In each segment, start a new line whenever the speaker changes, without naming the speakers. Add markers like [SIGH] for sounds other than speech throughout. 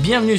Bienvenue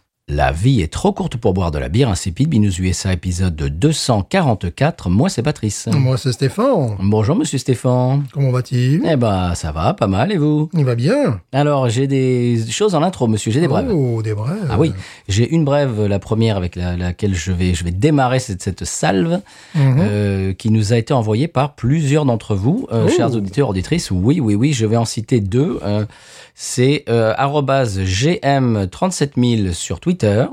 La vie est trop courte pour boire de la bière insipide. Binous USA épisode 244. Moi, c'est Patrice.
Moi, c'est Stéphane.
Bonjour, monsieur Stéphane.
Comment va-t-il
Eh ben, ça va, pas mal, et vous
Il va bien.
Alors, j'ai des choses en intro, monsieur, j'ai des brèves.
Oh, des brèves.
Ah oui, j'ai une brève, la première avec la- laquelle je vais, je vais démarrer cette, cette salve
Mhm.
euh, qui nous a été envoyée par plusieurs d'entre vous, euh,
Oh.
chers auditeurs, auditrices. Oui, oui, oui, je vais en citer deux. Euh, C'est euh, arrobase gm37000 sur Twitter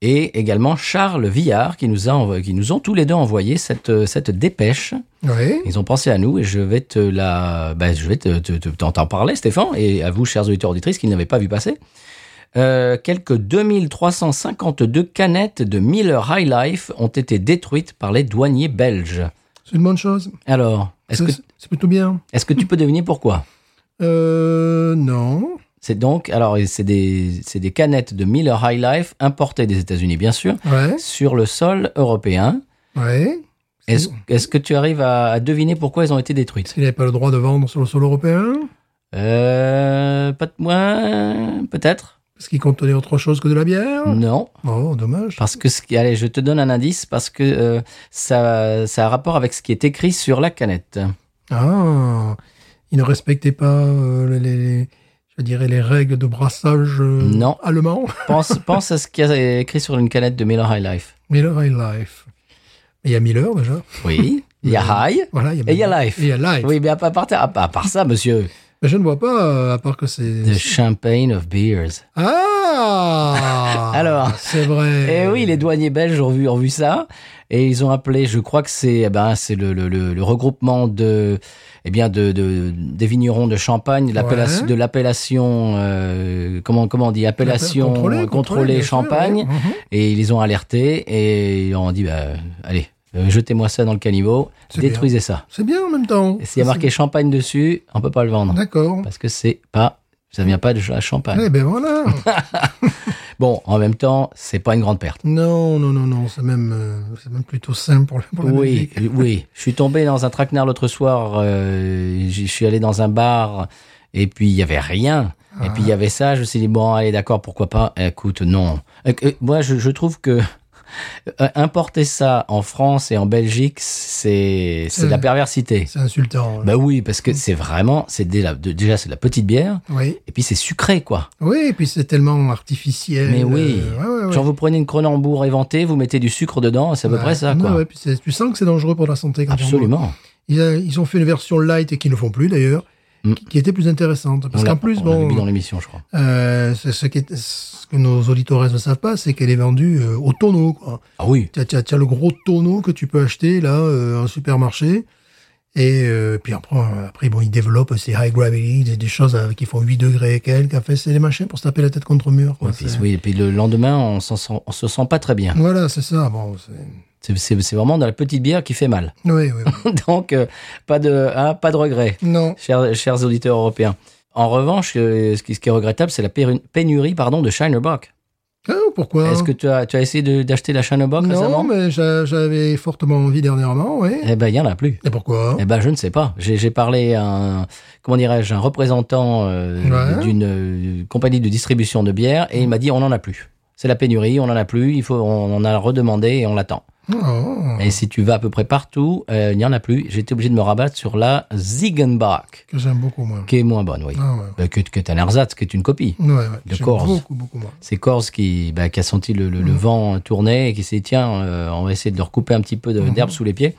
et également Charles Villard qui nous, a envo- qui nous ont tous les deux envoyé cette, euh, cette dépêche.
Oui.
Ils ont pensé à nous et je vais te la, bah, je vais te, te- te- t'en t'en parler, Stéphane, et à vous, chers auditeurs auditrices, qui ne l'avaient pas vu passer. Euh, quelques 2352 canettes de Miller High Life ont été détruites par les douaniers belges.
C'est une bonne chose.
Alors, est-ce que,
C'est c'est plutôt bien.
est-ce que tu peux deviner pourquoi
Euh, non.
C'est donc, alors, c'est des, c'est des canettes de Miller High Life importées des États-Unis, bien sûr,
Ouais.
sur le sol européen.
Ouais.
Est-ce, est-ce que tu arrives à, à deviner pourquoi elles ont été détruites
Il n'avait pas le droit de vendre sur le sol européen
Euh, pas de moins, peut-être
Parce qu'il contenait autre chose que de la bière
Non,
Oh, dommage.
parce que ce qui, allez, je te donne un indice parce que euh, ça, ça a rapport avec ce qui est écrit sur la canette.
Ah. Il ne respectait pas euh, les, les- je dirais, les règles de brassage euh,
Non.
allemand.
Pense, pense à ce qui est écrit sur une canette de Miller High Life.
[LAUGHS] Miller High Life. Mais il y a Miller déjà.
Oui, il y a High.
Voilà, il y a
Et il y a
Miller.
Life.
Et il y a Life.
Oui, mais à, part- à part, à, part ça, monsieur,
Mais je ne vois pas, euh, à part que c'est.
the champagne of beers.
Ah
[LAUGHS] Alors.
C'est vrai.
Eh oui, les douaniers belges ont vu, ont vu ça et ils ont appelé. Je crois que c'est, eh ben, c'est le, le- le- le regroupement de, eh bien, de, de- des vignerons de Champagne, de l'appellation-
Ouais.
de l'appellation, euh, comment, comment on dit, appellation
Contrôler,
contrôlée,
contrôler, bien sûr,
Champagne.
ouais. Mhm.
Et ils les ont alertés et ils leur ont dit, bah, allez, euh, jetez-moi ça dans le caniveau,
C'est bien.
détruisez ça.
C'est bien en même temps.
Et s'il y a marqué Champagne dessus, on peut pas le vendre
D'accord.
parce que c'est pas, ça vient pas de la Champagne.
Eh ben voilà. [LAUGHS]
Bon, en même temps, c'est pas une grande perte.
non, non, non, non. C'est même, euh, c'est même plutôt simple pour la, pour la
Oui,
Belgique.
[LAUGHS] oui. Je suis tombé dans un traquenard l'autre soir. euh, j'y- je suis allé dans un bar et puis il y avait rien. Et
Ah.
puis il y avait ça. Je me suis dit bon, allez, d'accord, pourquoi pas. Écoute, non. Euh, euh, moi, je, je trouve que euh, importer ça en France et en Belgique, c'est c'est de la
Euh,
perversité.
C'est Mm. insultant.
Bah oui, parce que c'est vraiment, c'est de la- de- déjà c'est de la petite bière.
Oui.
Et puis c'est sucré, quoi.
Oui, et puis c'est tellement artificiel.
Mais oui.
euh, ouais, ouais, ouais.
Genre vous prenez une Cronenbourg éventée, vous mettez du sucre dedans, c'est à peu
Ouais.
près ça,
Bah, Ouais,
quoi.
ouais, puis c'est- tu sens que c'est dangereux pour la santé. quand on boit.
Absolument.
Ils, a- ils ont fait une version light et qui ne font plus d'ailleurs,
Mm.
qui, qui était plus intéressante. Parce
On l'a-
qu'en plus,
on l'avait
bon,
mis dans l'émission, je crois.
Euh, ce, ce qui est- ce que nos auditeurs ne savent pas, c'est qu'elle est vendue euh, au tonneau. quoi.
Ah oui.
Tu as, tu as- tu as le gros tonneau que tu peux acheter là euh, en supermarché. Et euh, puis après, euh, après bon, ils développent ces high gravity, des, des choses euh, qui font 8 degrés et quelques. Enfin, c'est des machines pour se taper la tête contre le mur. quoi.
Ouais, puis-
C'est-
oui, et puis le lendemain, on, s'en sent- on se sent pas très bien.
Voilà, c'est ça. Bon, c'est-
C'est- C'est c'est vraiment de la petite bière qui fait mal. [LAUGHS]
oui, oui, oui.
Donc, euh, pas, de, hein, pas de regret,
non.
chers, chers auditeurs européens. En revanche, euh, ce qui, ce qui est regrettable, c'est la péru- pénurie pardon, de Shinerbock.
Ah, pourquoi
Est-ce que tu as, tu as essayé de- d'acheter la Shinerbock récemment
Non, mais j'a- j'avais fortement envie dernièrement, oui.
Eh ben, il n'y en a plus.
Et pourquoi
Eh ben, je ne sais pas. J'ai j'ai parlé à un, comment dirais-je, un représentant euh,
Ouais.
d'une euh, compagnie de distribution de bière et il m'a dit on n'en a plus. C'est la pénurie, on n'en a plus, il faut, on en a redemandé et on l'attend.
Oh,
Et si tu vas à peu près partout, euh, il n'y en a plus. J'étais obligé de me rabattre sur la Ziegenbach,
Que j'aime beaucoup, moi.
qui est moins bonne, oui.
Ah, ouais.
Bah, que, que t'as un ersatz, qui est une copie.
Ouais, ouais.
Le
J'aime
Corse.
Beaucoup, beaucoup, moi.
C'est Corse qui, bah, qui a senti le, le- le vent tourner et qui s'est dit tiens, euh, on va essayer de leur couper un petit peu de- d'herbe sous les pieds.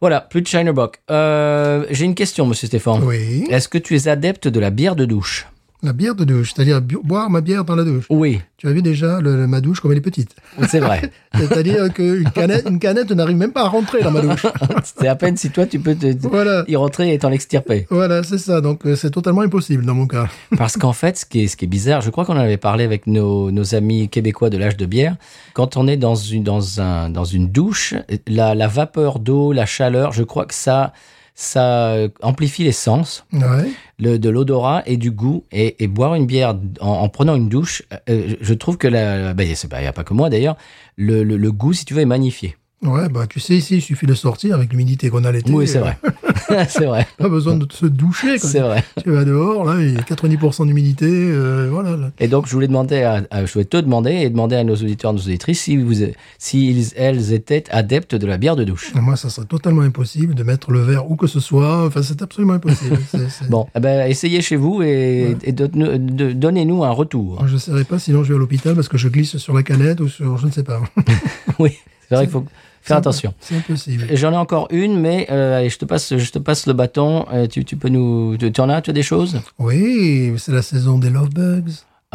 Voilà, plus de Shinerbock. Euh, J'ai une question, monsieur Stéphane.
Oui.
Est-ce que tu es adepte de la bière de douche
La bière de douche, c'est-à-dire bu- boire ma bière dans la douche.
Oui,
Tu as vu déjà le- le- ma douche comme elle est petite.
c'est
[LAUGHS]
vrai.
C'est-à-dire qu'une canette, une canette n'arrive même pas à rentrer dans
[LAUGHS]
ma douche.
c'est à peine si toi, tu peux te-
Voilà.
y rentrer et t'en l'extirper.
Voilà, c'est ça. Donc euh, c'est totalement impossible dans mon cas.
Parce qu'en fait, ce qui, est, ce qui est bizarre, je crois qu'on en avait parlé avec nos, nos amis québécois de l'âge de bière, quand on est dans une, dans un, dans une douche, la, la vapeur d'eau, la chaleur, je crois que ça, ça euh, amplifie les sens,
Ouais.
le, de l'odorat et du goût. Et, et boire une bière en, en prenant une douche, euh, je- je trouve que la, ben, c'est pas- y a pas que moi d'ailleurs, le, le- le goût, si tu veux, est magnifié.
Ouais, bah tu sais, ici, il suffit de sortir avec l'humidité qu'on a l'été.
Oui, c'est vrai. [LAUGHS] c'est vrai.
Pas besoin de se doucher. quoi.
C'est vrai.
Tu vas dehors, là, il y a 90% d'humidité. euh, voilà. là.
Et donc, je voulais demander, à, à- je voulais te demander et demander à nos auditeurs, nos auditrices, si vous, si ils- elles étaient adeptes de la bière de douche.
Moi, ça serait totalement impossible de mettre le verre où que ce soit. Enfin, c'est absolument impossible. C'est-
[LAUGHS]
c'est-
Bon, eh ben, essayez chez vous et, et donne- de- donnez-nous un retour.
Alors, Je ne saurais pas, sinon je vais à l'hôpital parce que je glisse sur la canette ou sur. Je ne sais pas. [LAUGHS]
[LAUGHS] Oui, c'est vrai qu'il faut faire attention.
C'est impossible.
J'en ai encore une, mais euh, allez, je te passe, je te passe le bâton. Euh, tu, tu peux nous, tu, tu en as, tu as des choses
Oui, c'est la saison des Love Bugs.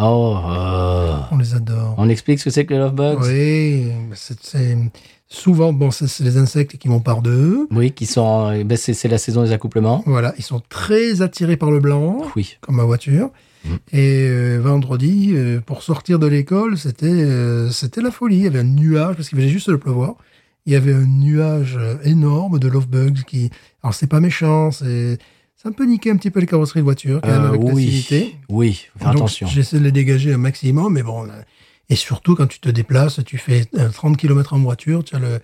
Oh, euh,
On les adore.
on explique ce que c'est que les love bugs. Oui.
Oui, c'est- c'est souvent, bon, c'est c'est les insectes qui vont par deux.
qui sont, eh ben, c'est c'est la saison des accouplements.
Voilà, ils sont très attirés par le blanc,
Oui,
comme ma voiture.
Mm.
Et euh, vendredi, euh, pour sortir de l'école, c'était euh, c'était la folie. Il y avait un nuage, parce qu'il venait juste de pleuvoir. Il y avait un nuage euh, énorme de love bugs qui. Alors, c'est pas méchant, c'est. Ça peut niquer un petit peu les carrosseries de voiture, quand même,
Euh,
avec
oui,
facilité.
oui, faire
Donc,
attention.
J'essaie de les dégager un maximum, mais bon. là- Et surtout, quand tu te déplaces, tu fais euh, 30 km en voiture, tu as le,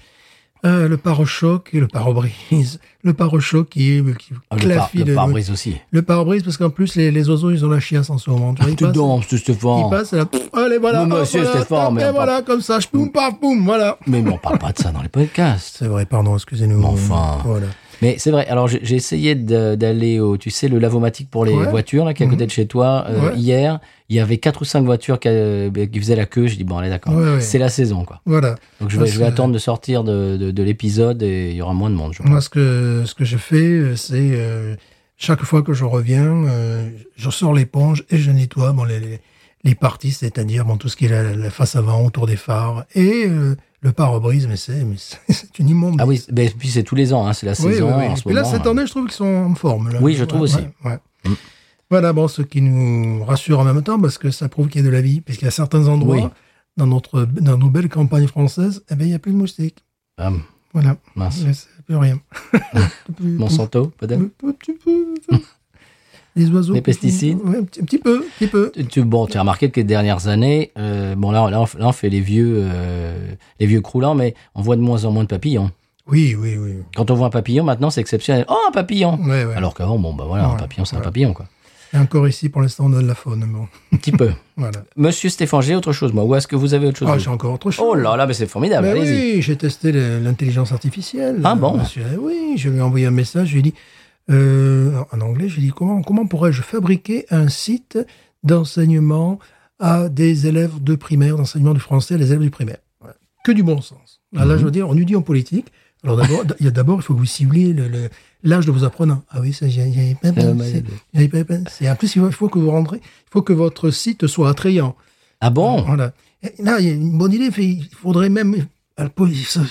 euh, le pare-choc et le pare-brise. Le pare-choc qui, qui
Ah, le par-
clafille
le
de-
pare-brise aussi.
le pare-brise, parce qu'en plus, les, les oiseaux, ils ont la chiasse en ce moment. Tu vois, ils
Tout
passent-
danse, tout
Ils
Stéphane.
passent, et là, pff, allez, voilà.
Mais
hop,
monsieur
voilà,
Stéphane,
hop,
mais
et
on
voilà, comme ça, je poum, paf, poum, voilà.
Mais on parle pas de ça dans les podcasts.
C'est vrai, pardon, excusez-nous.
Mais enfin.
Voilà.
Mais c'est vrai. Alors j'ai j'ai essayé de- d'aller au, tu sais, le lavomatique pour les
Ouais. Mhm.
voitures là, qui est à côté de chez toi. euh,
Ouais.
Hier, il y avait quatre ou cinq voitures qui, euh, qui faisaient la queue. J'ai dit bon, allez d'accord.
Ouais, ouais.
C'est la saison quoi.
Voilà.
Donc je vais,
Ouais,
je vais
c'est-
attendre de sortir de, de, de l'épisode et il y aura moins de monde. Je pense.
Moi, ce que, ce que je fais, euh, c'est euh, chaque fois que je reviens, euh, je sors l'éponge et je nettoie bon, les, les, les parties, c'est-à-dire bon, tout ce qui est la, la face avant, autour des phares, et euh, le pare-brise, mais c'est mais c'est- [LAUGHS] c'est une immonde.
Ah oui, mais puis c'est tous les ans, hein, c'est la
Oui,
saison
oui, oui.
en ce
Mais là,
moment. hein. euh,
cette année, je trouve qu'ils sont en forme. là.
Oui, je trouve aussi. Mm.
ouais. Voilà, bon, ce qui nous rassure en même temps, parce que ça prouve qu'il y a de la vie, parce qu'il y a certains endroits
Oui.
dans, notre, dans nos belles campagnes françaises, eh ben, il n'y a plus de moustiques.
Ah,
Voilà,
mince.
Mais c'est
[LAUGHS]
plus rien. Plus-
Monsanto, peut-être.
un petit peu. [LAUGHS] Les oiseaux.
Les pesticides.
Ouais, un petit, un petit peu, un petit peu.
Tu- Tu, bon, tu as remarqué que les dernières années, euh, bon là, on- là, on, f- là, on fait les vieux, euh, les vieux croulants, mais on voit de moins en moins de papillons.
Oui, oui, oui.
Quand on voit un papillon, maintenant, c'est exceptionnel. Oh, un papillon
Ouais, ouais.
Alors qu'avant, bon, bah voilà, un
Ouais,
papillon, c'est un
ouais.
papillon, quoi.
Et encore ici, pour l'instant, on a de la faune. Bon,
Un petit
[LAUGHS]
peu.
voilà.
Monsieur Stéphane, j'ai autre chose, moi. Ou est-ce que vous avez autre chose
Ah,
vous
j'ai encore autre chose.
Oh là là, mais c'est formidable,
Mais
allez-y.
Bah oui, j'ai testé le- l'intelligence artificielle.
Ah bon
Monsieur, eh Oui, je lui ai envoyé un message, je lui ai dit, euh, en anglais, je lui ai dit, comment, comment pourrais-je fabriquer un site d'enseignement à des élèves de primaire, d'enseignement du français à des élèves du primaire Voilà. Que du bon sens. Là,
Mhm.
là, je veux dire, on nous dit en politique, alors d'abord, [LAUGHS] il y a d'abord, il faut que vous cibliez le- le- l'âge de vos apprenants. Ah oui, ça, j'y j'y avais pas
Euh,
pensé. J'y avais pas pensé. En plus, il faut- il faut que vous rendrez, il faut que votre site soit attrayant.
Ah bon
Voilà. Et là, il y a une bonne idée. fait, Il faudrait même, euh,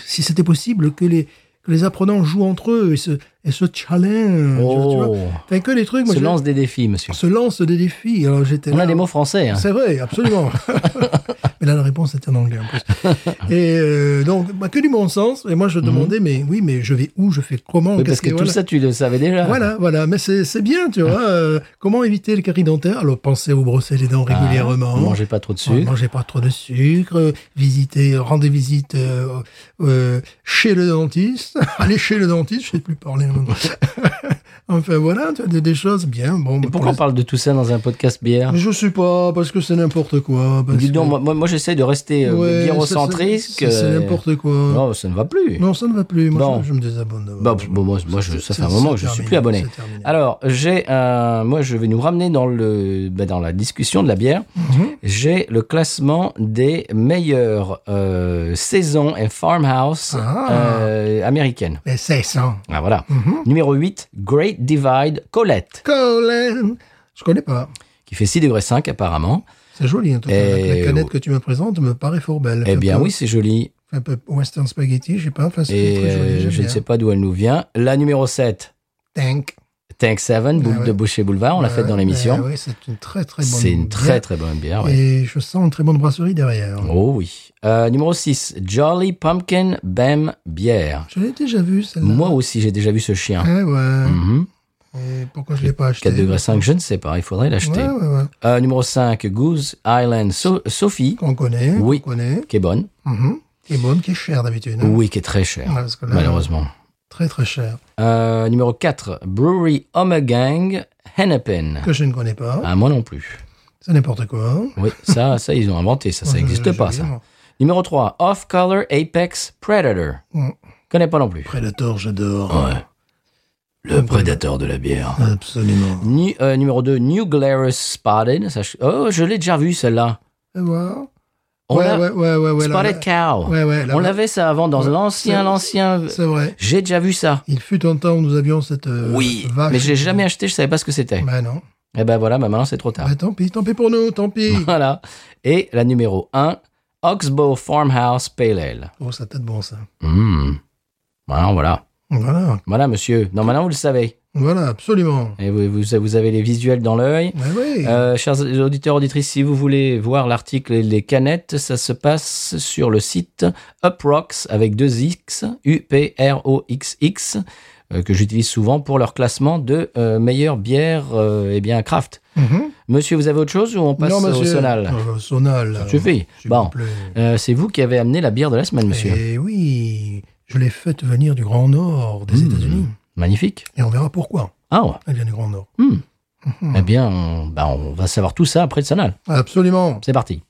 si c'était possible, que les, que les apprenants jouent entre eux et se, et se challenge. tu vois.
Oh
Enfin, que les trucs. moi,
Se
je-
lance des défis, monsieur.
se lancent des défis. Alors, j'étais
On
là,
a des mots français, hein.
C'est vrai, absolument.
[LAUGHS]
mais là, la réponse était en anglais, en plus. Et euh, donc, bah, que du bon sens. Et moi, je demandais, mais oui, mais je vais où, je fais comment
Mhm. Oui,
qu'est-ce
parce que tout
voilà.
ça, tu le savais déjà.
Voilà, voilà, mais c'est c'est bien,
[LAUGHS]
tu vois. euh, comment éviter les caries dentaires Alors, pensez au brosser les dents
Ah,
régulièrement.
Mangez pas trop de
Ouais,
sucre.
Mangez pas trop de sucre, euh, visitez, rendez visite euh, euh, chez le dentiste. [LAUGHS] Allez chez le dentiste, je sais plus parler. maintenant. [LAUGHS] enfin voilà, tu as des, des choses bien. Bon, bah,
Et pourquoi on
pour
parle de tout ça dans un podcast bière
les- Je sais pas, parce que c'est n'importe quoi. parce
Dis
que-
donc, moi- moi, moi j'essaie de rester euh,
Ouais,
bien
ça,
au
ça,
centriste.
C'est c'est n'importe quoi. Non.
Non, ça ne va plus.
ça ne va plus. Moi,
Bon.
je, je me désabonne. d'abord.
Bah, bon, moi, moi, je-
C'est-
ça fait
c'est-
un moment
c'est
que je suis
terminé,
plus abonné.
c'est terminé.
Alors, j'ai un. Moi, je vais nous ramener dans, le, bah, dans la discussion de la bière.
Mhm.
J'ai le classement des meilleures euh, saisons et farmhouse
Ah.
euh, américaines.
Mais c'est ça.
Ah, voilà.
Mhm.
Numéro 8, Great Divide Colette,
Colin, je connais pas.
qui qui fait 6 degrés 5 apparemment.
C'est joli. En tout cas,
Et-
la, la canette que tu me présentes me paraît fort belle.
oh. Eh
Un
bien
peu-
oui, c'est joli.
Un peu western spaghetti, je sais pas. Enfin, c'est
Et
très joli.
euh,
j'aime
je ne
bien.
sais pas d'où elle nous vient. La numéro 7,
Tank.
Tank 7,
Ah ouais.
de Boucher Boulevard, on l'a
Ouais,
faite dans l'émission.
ouais, ouais, c'est une très très bonne.
c'est une très
bière.
très bonne bière. ouais.
Et je sens une très bonne brasserie derrière.
Oh oui. Euh, numéro 6, Jolly Pumpkin Bam Bière.
Je l'ai déjà vue celle-là.
Moi aussi, j'ai déjà vu ce chien.
Ouais, ouais.
Mhm.
Et pourquoi je l'ai pas acheté
4 degrés 5, je ne sais pas, il faudrait l'acheter.
Ouais, ouais, ouais.
Euh, numéro 5, Goose Island So- Sophie,
Qu'on connaît.
Oui.
Qu'on connaît.
qui est bonne.
Mhm. Qui est bonne, qui est chère d'habitude. hein.
Oui, qui est très chère,
Ouais, parce que là,
malheureusement.
Très très chère.
Euh, numéro 4, Brewery Omegang Hennepin.
Que je ne connais pas.
Ah, moi non plus.
C'est n'importe quoi.
Oui, ça, ça, ils ont inventé, ça, ça n'existe pas,
hein.
ça. Numéro 3, Off Color Apex Predator.
Mm.
Connais pas non plus.
Predator, j'adore.
Le prédateur de la bière.
Absolument.
Nu- euh, numéro 2, New Glarus Spotted. Ça, je- oh, je l'ai déjà vu celle-là.
Fais voir.
On
ouais,
l'a-
ouais, ouais, ouais, ouais, là,
Spotted Cow.
Ouais, ouais, là,
On
là.
l'avait ça avant dans
Ouais.
l'ancien,
C'est-
l'ancien.
C'est vrai.
J'ai déjà vu ça.
Il fut un temps où nous avions cette euh,
oui,
vache.
mais je l'ai jamais acheté, je savais pas ce que c'était.
Bah non.
Et ben voilà, bah maintenant c'est trop tard.
Bah, tant pis, tant pis pour nous, tant pis.
[LAUGHS] Voilà. Et la numéro 1, Oxbow Farmhouse Pale Ale.
oh, ça peut être bon ça.
Hmm. Voilà, voilà.
Voilà,
Voilà, monsieur. Non, maintenant vous le savez.
voilà, absolument. Ben
Et vous, vous, vous avez les visuels dans l'œil.
Ouais, ouais. [CLEARS THROAT]
Euh, chers auditeurs, auditrices, si vous voulez voir l'article et les canettes, ça se passe sur le site UpRocks avec deux X, U-P-R-O-X-X, euh, que j'utilise souvent pour leur classement de euh, meilleures bières euh, eh bien, craft.
Mhm.
Monsieur, vous avez autre chose ou on passe
non,
au
monsieur.
sonal
Euh, au sonal.
Ça suffit.
S'il
Bon.
vous plaît.
Euh, C'est vous qui avez amené la bière de la semaine, monsieur.
Eh oui, je l'ai faite venir du Grand Nord des
Mmh.
États-Unis.
Magnifique.
Et on verra pourquoi
Ah, ouais.
elle vient du Grand Nord.
Hmm.
Mhm.
Eh bien, on, bah, on va savoir tout ça après le sonal.
Absolument.
C'est parti.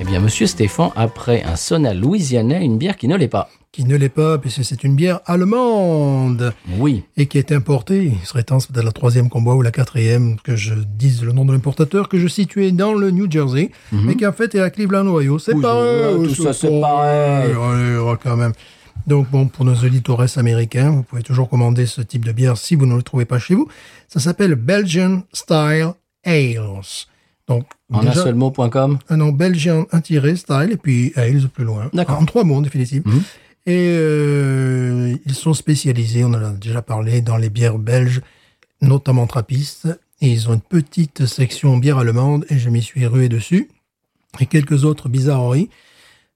Eh bien, Monsieur Stéphane, après un sonal louisianais, une bière qui ne l'est pas.
Qui ne l'est pas, puisque c'est une bière allemande.
Oui.
et qui est importé. Il serait temps, c'est peut-être la troisième combat ou la quatrième, que je dise le nom de l'importateur, que je situais dans le New Jersey, mais qui en fait est à Cleveland, Ohio. C'est
Oui,
pareil.
Mhm. tout ça, c'est pareil.
Allez, oh, quand même. Donc bon, pour nos auditeurs américains, vous pouvez toujours commander ce type de bière si vous ne le trouvez pas chez vous. Ça s'appelle Belgian Style Ales. Donc
En un
déjà,
seul mot.com.
un nom belgien, un tiré, style, et puis Ailes plus loin.
D'accord.
En trois mots, en définitive.
Mhm.
Et euh, ils sont spécialisés, on en a déjà parlé, dans les bières belges, notamment trappistes. Et ils ont une petite section bière allemande, et je m'y suis rué dessus. Et quelques autres bizarreries.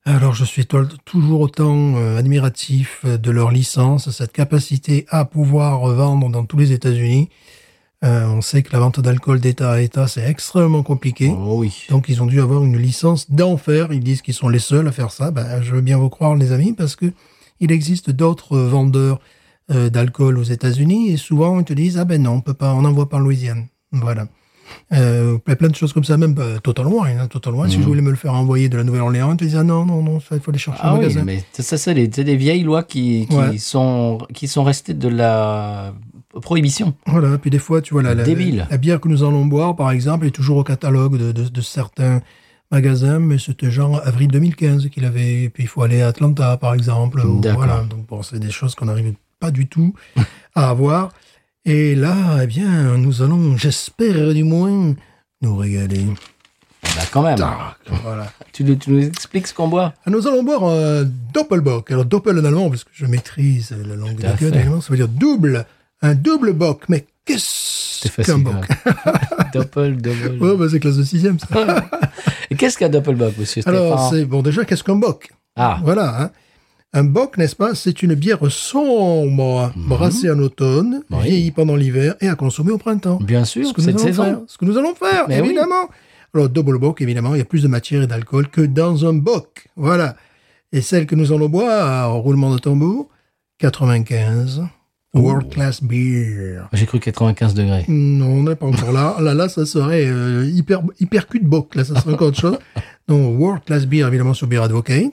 Alors, je suis tol- toujours autant euh, admiratif de leur licence, cette capacité à pouvoir vendre dans tous les États-Unis. Euh, on sait que la vente d'alcool d'État à État, c'est extrêmement compliqué.
Oh oui.
Donc ils ont dû avoir une licence d'enfer. Ils disent qu'ils sont les seuls à faire ça. Ben, je veux bien vous croire, les amis, parce que il existe d'autres euh, vendeurs euh, d'alcool aux États-Unis et souvent ils te disent ah ben non, on peut pas, on envoie par Louisiane. Voilà. Euh, plein plein de choses comme ça, même euh, Total Wine. hein, Total Wine, si
Mhm.
je voulais me le faire envoyer de la Nouvelle-Orléans, ils te disent ah non, non, non, ça, il faut aller chercher
Ah
au
oui,
magasin.
mais ça, ça, c'est des, c'est des vieilles lois qui, qui
Ouais.
sont, qui sont restées de la prohibition.
Voilà, puis des fois, tu vois, la, la,
Débile.
la bière que nous allons boire, par exemple, est toujours au catalogue de, de- de certains magasins, mais c'était genre avril 2015 qu'il avait. Et puis il faut aller à Atlanta, par exemple. ou
D'accord.
Voilà, donc bon, c'est des choses qu'on n'arrive pas du
[LAUGHS]
tout à avoir. Et là, eh bien, nous allons, j'espère du moins, nous régaler.
Bah, quand même.
Tac, voilà.
Tu, nous- tu nous expliques ce qu'on boit
Ah, Nous allons boire un Doppelbock. Alors, Doppel en allemand, parce que je maîtrise la langue
Tout à
des
fait.
allemand, ça veut dire double. Un double bock. Mais qu'est-ce qu'un
facile. hein.
bock
[LAUGHS] Doppel, double.
hein. Ouais, bah, c'est classe de sixième, ça.
[LAUGHS] Et Qu'est-ce qu'un doppelbock, monsieur
Alors,
Stéphane
c'est, bon, déjà, qu'est-ce qu'un bock?
Ah,
Voilà, hein. Un bock, n'est-ce pas? C'est une bière sombre, brassée en automne,
Mm-hmm. Oui.
vieillie pendant l'hiver et à consommer au printemps.
bien
ce
sûr,
que nous hein.
cette
allons
saison.
faire. Ce que nous allons faire,
Mais oui.
évidemment. Alors, double bock, évidemment, il y a plus de matière et d'alcool que dans un bock. Voilà. Et celle que nous allons boire, roulement de tambour, 95, World Class Beer.
J'ai cru 95 degrés.
Non, on n'est pas encore là. Là, là, ça serait euh,
[LAUGHS]
hyper, hyper cul de boc. Là, ça serait encore autre chose. Donc, World Class Beer, évidemment, sur Beer Advocate.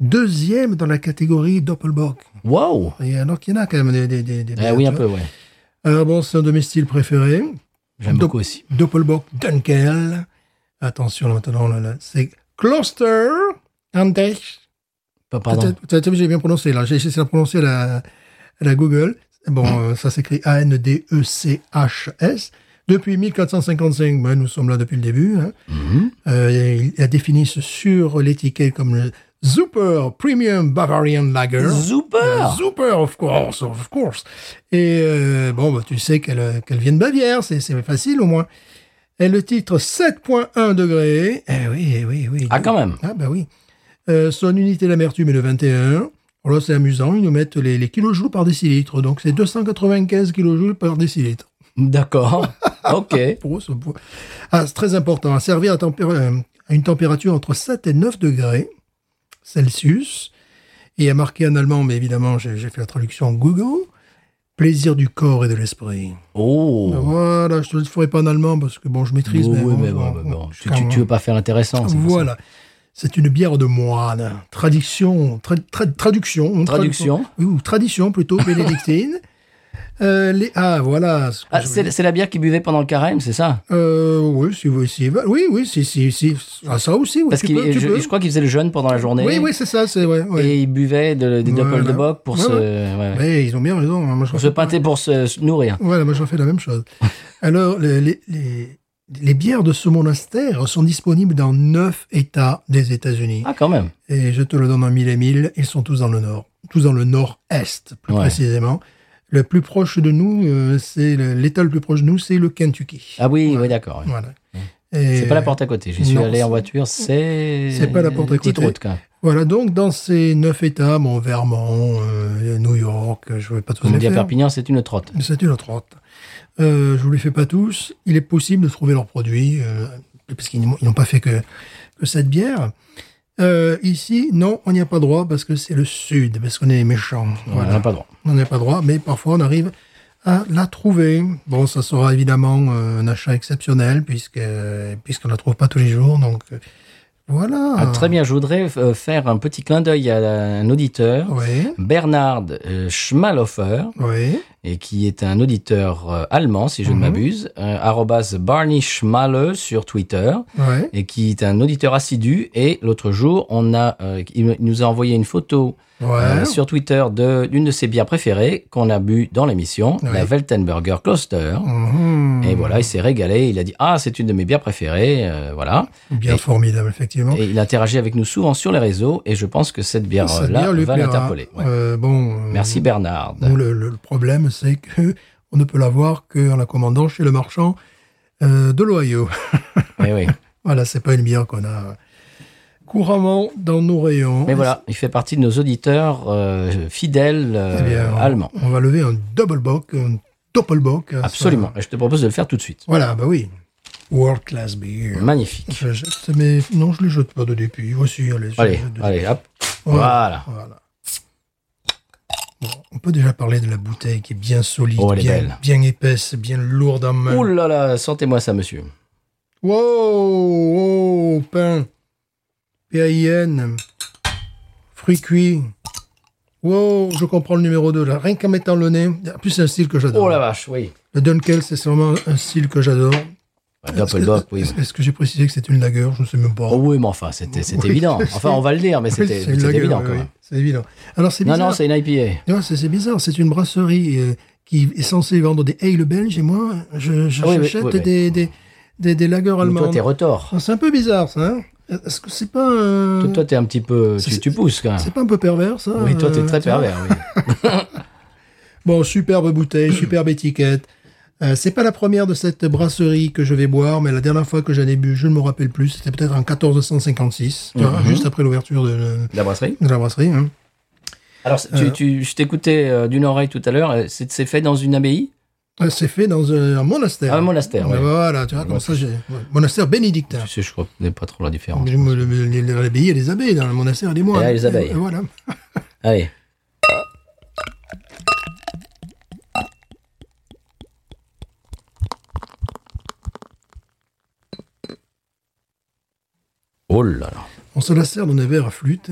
deuxième dans la catégorie Doppelbock.
Wow
Et alors qu'il y en a quand même des. des, des, des
Eh
bières,
Oui,
tu
un
vois.
peu, ouais.
Alors bon, c'est un de mes styles préférés.
J'aime
Donc-
beaucoup aussi.
Doppelbock Dunkel. Attention là, maintenant, là, là, c'est Cluster Andesh.
Pas- Ah, Pardon.
Peut-être- peut-être que J'ai bien prononcé là, j'ai essayé de la prononcer à la, à la Google. Bon, euh, ça s'écrit E A-N-D-E-C-H-S. Depuis 1455, ben, nous sommes là depuis le début. hein. Euh, et il la définissent sur l'étiquette comme le Super Premium Bavarian Lager.
Super
Euh, Super, of course, of course. Et euh, bon, bah, tu sais qu'elle euh, qu'elle vient de Bavière, c'est c'est facile au moins. Et le titre 7.1 degrés. Eh oui, eh oui, oui.
Ah, quand même.
Ah, bah oui. Euh, son unité d'amertume est le 21. Alors Oh là, c'est amusant, ils nous mettent les, les kilojoules par décilitre. Donc, c'est 295 kilojoules par décilitre. [LAUGHS]
D'accord. ok.
Pour eux, ça pour- Ah, c'est très important. À servir à, tempér- euh, à une température entre 7 et 9 degrés Celsius. Et à marquer en allemand, mais évidemment, j'ai j'ai fait la traduction en Google. Plaisir du corps et de l'esprit. Bah,
Oh Bah,
Voilà, je te le ferai pas en allemand parce que bon, je maîtrise.
Oui, oui,
bon,
mais bon,
bon,
bon, bon. Tu,
je suis
tu-
quand
tu veux pas faire intéressant. c'est pour ça.
voilà. C'est une bière de moine. Tradition, tra- tra- traduction.
Traduction.
Oui, ou tradition plutôt, [LAUGHS] bénédictine. Euh, les, ah, voilà. ce que
Ah,
je
c'est c'est la bière qu'ils buvaient pendant le carême, c'est ça
Euh, oui, si vous, si, oui, oui, si, si, si, ah, ça aussi, oui,
Parce
tu
qu'il,
peux,
je,
tu peux.
je crois qu'ils faisaient le jeûne pendant la journée.
Oui, oui, c'est ça, c'est, ouais, ouais.
Et ils buvaient de- des
Voilà.
doppel de bock pour
Ouais,
se,
ouais.
ouais, ouais.
Ouais, ils ont bien raison, hein, moi, je
pour se pinter, pour se, se nourrir.
Voilà, moi j'en fais la
[LAUGHS]
même chose. Alors, les, les, les, les bières de ce monastère sont disponibles dans neuf États des États-Unis.
Ah, quand même.
Et je te le donne en mille et mille, ils sont tous dans le nord, tous dans le nord-est, plus
Ouais.
précisément. Le plus proche de nous, euh, c'est le- l'État le plus proche de nous, c'est le Kentucky.
Ah oui, oui, d'accord. ouais.
Voilà. Et-
C'est pas la porte à côté. J'y suis
Non,
allé en
c'est-
voiture. C'est.
c'est pas la porte à
Petite
côté.
route, quand même.
Voilà, donc dans ces neuf États, bon, Vermont, euh, New York, euh, je ne vais pas tous
On
les
dit à
faire.
Perpignan, c'est une trotte.
mais C'est une autre route. Euh, je vous les fais pas tous. Il est possible de trouver leurs produits, euh, parce qu'ils n'ont ils n'ont pas fait que, que cette bière. Euh, ici, non, on n'y a pas droit parce que c'est le sud, parce qu'on est méchants.
On n'a pas le droit.
On n'y a pas droit, mais parfois on arrive à la trouver. Bon, ça sera évidemment euh, un achat exceptionnel puisque puisqu'on la trouve pas tous les jours. Donc euh, voilà.
Ah, très bien, je voudrais euh, faire un petit clin d'œil à la- un auditeur,
Oui,
Bernard euh, Schmalhofer,
oui.
et qui est un auditeur euh, allemand, si je ne
Mhm.
m'abuse, euh, arrobas Barney Schmale sur Twitter,
Ouais.
et qui est un auditeur assidu. Et l'autre jour, on a, euh, il nous a envoyé une photo
Ouais.
euh, sur Twitter de- d'une de, ses bières préférées qu'on a bu dans l'émission,
Ouais.
la Weltenberger Kloster.
Mhm.
Et voilà, il s'est régalé. Il a dit ah c'est une de mes bières préférées, euh, voilà.
Bien
Et-
formidable, effectivement.
Et il interagit avec nous souvent sur les réseaux. Et je pense que cette bière euh,
Ça
là
bien lui
va
plaira.
l'interpeller. Ouais.
Euh, bon. euh,
Merci Ben. Bernard.
nous, le, le- le problème, c'est que [LAUGHS] on ne peut la voir qu'en la commandant chez le marchand euh, de l'Ohio. [LAUGHS]
Eh oui.
voilà, c'est pas une bière qu'on a couramment dans nos rayons.
Mais voilà, il fait partie de nos auditeurs euh, fidèles euh,
Eh bien, on-
allemands.
On va lever un double bock, un doppelbock. euh,
Absolument.
ça-
Et je te propose de le faire tout de suite.
Voilà, bah oui. World class beer.
Mm. Magnifique.
Je jette mes... Non, je les jette pas de depuis. Voici, allez. je
Allez,
jette de-
allez, hop. Voilà.
Voilà. voilà. Bon, on peut déjà parler de la bouteille qui est bien solide,
Oh, elle est belle.
bien, bien épaisse, bien lourde en main.
Ouh là là, sentez-moi ça, monsieur.
Wow, wow, pain, PAIN, fruits cuits. Wow, je comprends le numéro 2 là. Rien qu'en mettant le nez. En plus, c'est un style que j'adore.
Oh la vache, oui.
Le Dunkel, c'est vraiment un style que j'adore.
Doppelbock, Oh, oui.
Est-ce est-ce que j'ai précisé que c'est une lagueur Je ne sais même pas.
Oh oui, mais enfin, c'était c'était
Oui,
évident.
c'est-
Enfin, on va le dire, mais
Oui,
c'était
c'est une
c'était
lager,
évident
oui,
quand
oui,
même.
C'est évident. Alors, c'est
Non,
bizarre.
non, c'est une IPA.
Non, Ah, c'est c'est bizarre, c'est une brasserie euh, qui est censée vendre des ale belges et moi, je, je-
Ah oui, oui,
j'achète
oui, oui.
des, des, des, des lagers
Mais Toi,
allemandes.
t'es retors.
Ah, c'est un peu bizarre, ça. hein Est-ce que c'est pas, euh,
Toi, t'es un petit peu. Tu,
c'est-
tu pousses quand même.
c'est pas un peu pervers, ça
Oui, toi, t'es
euh,
très
tu vois
pervers. oui.
Bon, superbe
Mmh.
bouteille, superbe étiquette. Euh, c'est pas la première de cette brasserie que je vais boire, mais la dernière fois que j'en ai bu, je ne me rappelle plus, c'était peut-être en 1456,
Mmh.
tu vois, hein, juste après l'ouverture de,
La brasserie.
de la brasserie. hein.
Alors,
Euh.
tu, tu, je t'écoutais euh, d'une oreille tout à l'heure. euh, C'est c'est fait dans une abbaye
Euh, C'est fait dans un, un monastère.
Un monastère,
Ben
ouais.
Voilà, tu vois, comme ça, j'ai... ouais, monastère bénédictin.
Tu sais, je crois que je connais pas trop la différence.
Le- le- le- le- L'abbaye, il y a les abeilles. Dans le monastère, il y a des moines.
Il y a les abeilles.
Et Voilà.
Allez. Oh là là. Oh
On se la sert dans des verres à flûte.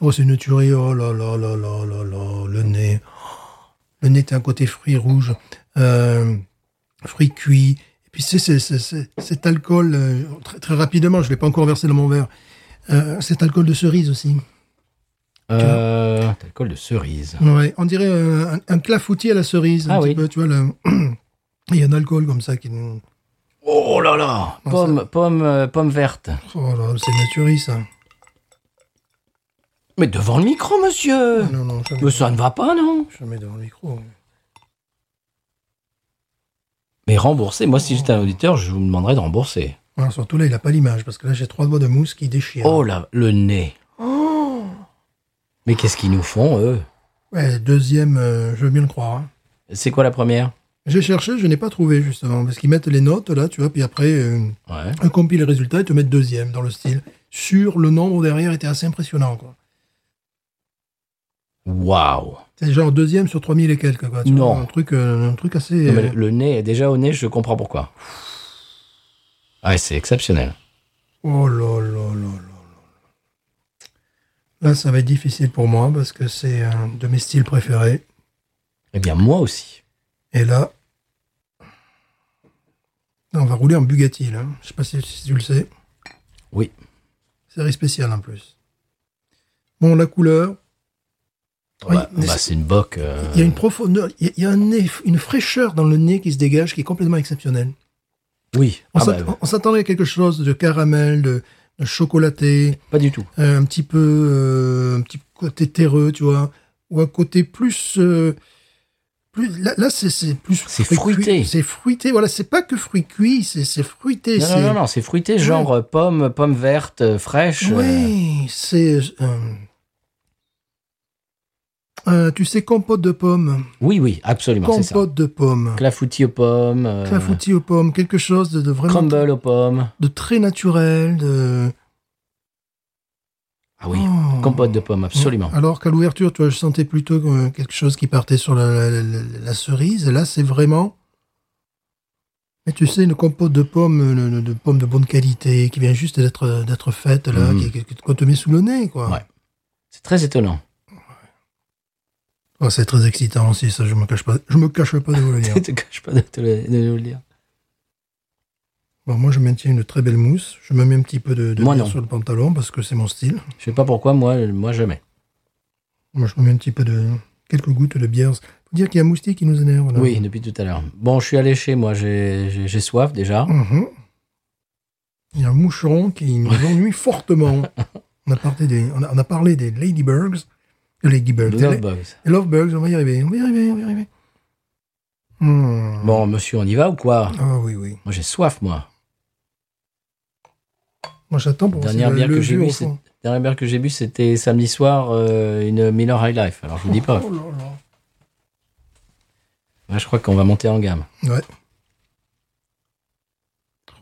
Oh, c'est une tuerie. Oh là là là là là là. Le nez. Le nez, t'as un côté fruit rouge, euh, fruit cuit. Et puis, tu sais, c'est- c'est- c'est- cet alcool, euh, très, très rapidement, je vais pas encore verser dans mon verre, euh, cet alcool de cerise aussi.
Euh, alcool de cerise.
Ouais, on dirait euh, un, un clafoutis à la cerise. un
Ah
petit
oui.
peu, tu vois, le- [CLEARS THROAT] il y a un alcool comme ça qui nous.
Oh là là
Non,
Pomme, pomme, euh, pomme verte.
Oh là, c'est naturel ça.
Mais devant le micro, monsieur
Non, non, jamais,
Mais ça ne va pas, non
jamais devant le micro.
Mais rembourser, moi, si j'étais un auditeur, je vous demanderais de rembourser.
Voilà, surtout là, il a pas l'image parce que là, j'ai trois doigts de mousse qui déchirent.
Oh là, le nez Mais qu'est-ce qu'ils nous font, eux
Ouais, deuxième, euh, je veux bien le croire. hein.
C'est quoi la première
J'ai cherché, je n'ai pas trouvé justement, parce qu'ils mettent les notes là, tu vois, puis après, euh,
Ouais.
ils compilent les résultats et te mettent deuxième dans le style. Sur le nombre derrière était assez impressionnant, quoi.
Waouh
C'est genre deuxième sur 3000 et quelques, quoi. Tu
Non.
vois, un truc, euh, un truc assez.
Non, mais
euh,
le, le nez, déjà au nez, je comprends pourquoi. Ah, Ouais, c'est exceptionnel.
Oh là là là là là. Là, ça va être difficile pour moi parce que c'est un de mes styles préférés.
Eh bien, moi aussi.
Et là, on va rouler en Bugatti, là. Je sais pas si, si tu le sais.
Oui.
Série spéciale en plus. Bon, la couleur. Oui,
Bah,
mais
bah,
c'est-
c'est une boque. euh,
il y a une profondeur, il y a- il y a un nez- une fraîcheur dans le nez qui se dégage qui est complètement exceptionnelle.
Oui.
On
Ah bah,
s'att- on- on s'attendait à quelque chose de caramel, de, de chocolaté,
pas du tout.
euh, un petit peu, euh, un petit côté terreux, tu vois, ou un côté plus, euh, plus là, là, c'est c'est plus
C'est
fruit cuit.
fruité.
c'est fruité. Voilà, c'est pas que fruit cuit, c'est c'est fruité.
Non, non, non, non, c'est fruité, genre euh, pomme, pomme verte, euh, fraîche. euh,
Oui, c'est. euh, euh, tu sais, compote de pommes.
Oui, oui, absolument, c'est ça.
Compote de pommes.
Clafoutis aux pommes, euh,
Clafoutis aux pommes, quelque chose de, de vraiment
crumble aux pommes.
de très naturel, de
Ah oui,
Oh.
compote de pommes, absolument.
Alors qu'à l'ouverture, tu vois, je sentais plutôt euh, quelque chose qui partait sur la, la- la- la cerise. Et là, c'est vraiment. Mais tu sais, une compote de pommes, euh, de, de pommes de bonne qualité, qui vient juste d'être euh, d'être faite là,
Mhm.
qui- qui- qu'on te met sous le nez, quoi.
Ouais. C'est très étonnant.
Oh, c'est très excitant aussi, ça. Je me cache pas, je me cache pas de
[LAUGHS]
vous le dire.
[LAUGHS] Je te cache pas de te le, de le dire.
Bon, moi, je maintiens une très belle mousse. Je me mets un petit peu de, de
Moi,
bière
non.
sur le pantalon parce que c'est mon style.
Je sais pas pourquoi, moi, euh, moi jamais.
Moi, je me mets un petit peu de quelques gouttes de bière. Faut dire qu'il y a un moustique qui nous énerve. Là.
Oui, depuis tout à l'heure. Bon, je suis allé chez moi, j'ai j'ai- j'ai soif déjà.
Mhm. Il y a un moucheron qui nous
[LAUGHS]
ennuie fortement. On a, parlé des, on a, on a parlé des ladybugs. Des Ladybugs. des
Love bugs.
la- lovebugs, on va y arriver. On va y arriver, on va y arriver. Hmm.
Bon, monsieur, on y va ou quoi
Ah oui, oui.
Moi, j'ai soif, moi.
Moi, j'attends pour voir
Dernière
si
bière
le
que j'ai
jus
bu,
au
c'est-
fond.
dernière bière que j'ai bu, c'était samedi soir, euh, une Miller High Life. Alors, je vous dis pas.
Oh là
Là, je crois qu'on va monter en gamme.
là. Ouais.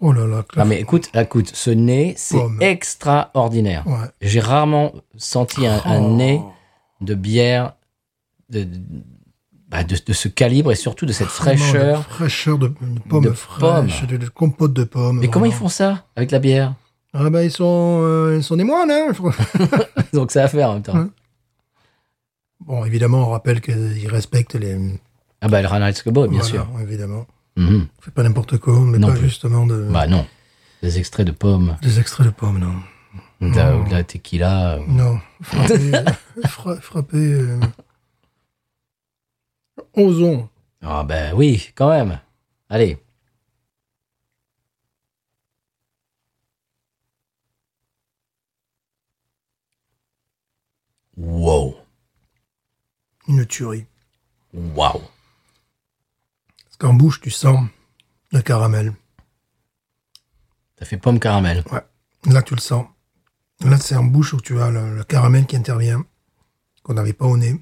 Oh là là.
Non, Ah, mais écoute, écoute, ce nez, c'est
Pomme.
extraordinaire.
Ouais.
J'ai rarement senti un, un
Oh.
nez de bière de, de, bah, de- de ce calibre et surtout de cette
Vraiment, Oh, la
fraîcheur.
fraîcheur de, de pommes
de
fraîches, de, de compote de pommes.
Mais comment ils
vraiment.
font ça avec la bière [LAUGHS]
Ah bah ils sont, euh, ils sont des moines, hein [LAUGHS]
Donc ça à faire en même temps.
Ouais. Bon, évidemment, on rappelle qu'ils respectent les...
Ah bah le Ranald Scobo, bien
Voilà,
sûr.
évidemment.
Mhm.
On fait pas n'importe quoi, mais
Non
pas
plus.
justement de...
Bah non. Des extraits de pommes,
Des extraits de pommes, non.
de la, ou de la tequila. euh, ou-
Non. Frapper... fra- frapper euh, Osons.
Ah bah oui, quand même. Allez. Wow.
Une tuerie.
Wow.
Parce qu'en bouche, tu sens le caramel.
Ça fait pomme caramel.
Là, tu le sens. Là, c'est en bouche où tu as le, le caramel qui intervient, qu'on n'avait pas au nez.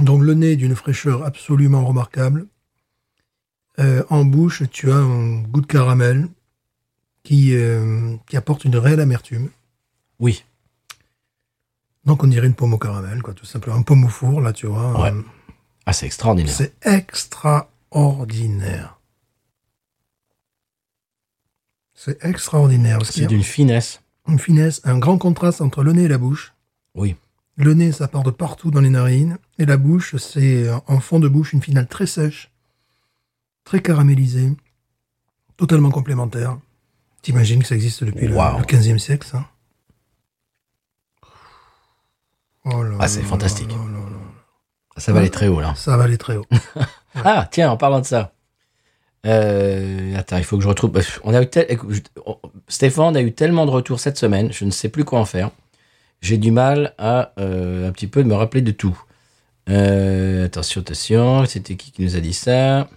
Donc, le nez est d'une fraîcheur absolument remarquable. Euh, en bouche, tu as un goût de caramel qui, euh, qui apporte une réelle amertume.
Oui.
Donc, on dirait une pomme au caramel, quoi, tout simplement. Une pomme au four, là, tu vois.
Ouais.
Euh,
Ah, c'est extraordinaire.
C'est extraordinaire. C'est extraordinaire. Parce qu'il y
C'est
a-
d'une finesse.
une finesse, un grand contraste entre le nez et la bouche.
Oui.
Le nez, ça part de partout dans les narines. Et la bouche, c'est euh, en fond de bouche une finale très sèche, très caramélisée, totalement complémentaire. T'imagines que ça existe depuis le-
Wow.
le 15e siècle, ça Oh là
Ah, c'est
là
fantastique.
là là là.
Ça va aller très haut, là.
Ça va aller
[LAUGHS]
très haut.
Ah, tiens, en parlant de ça. Euh, attends, il faut que je retrouve. parce que On a eu tel- écoute, je- on- Stéphane a eu tellement de retours cette semaine, je ne sais plus quoi en faire. J'ai du mal à euh, un petit peu de me rappeler de tout. Euh, attention, attention, c'était qui qui nous a dit ça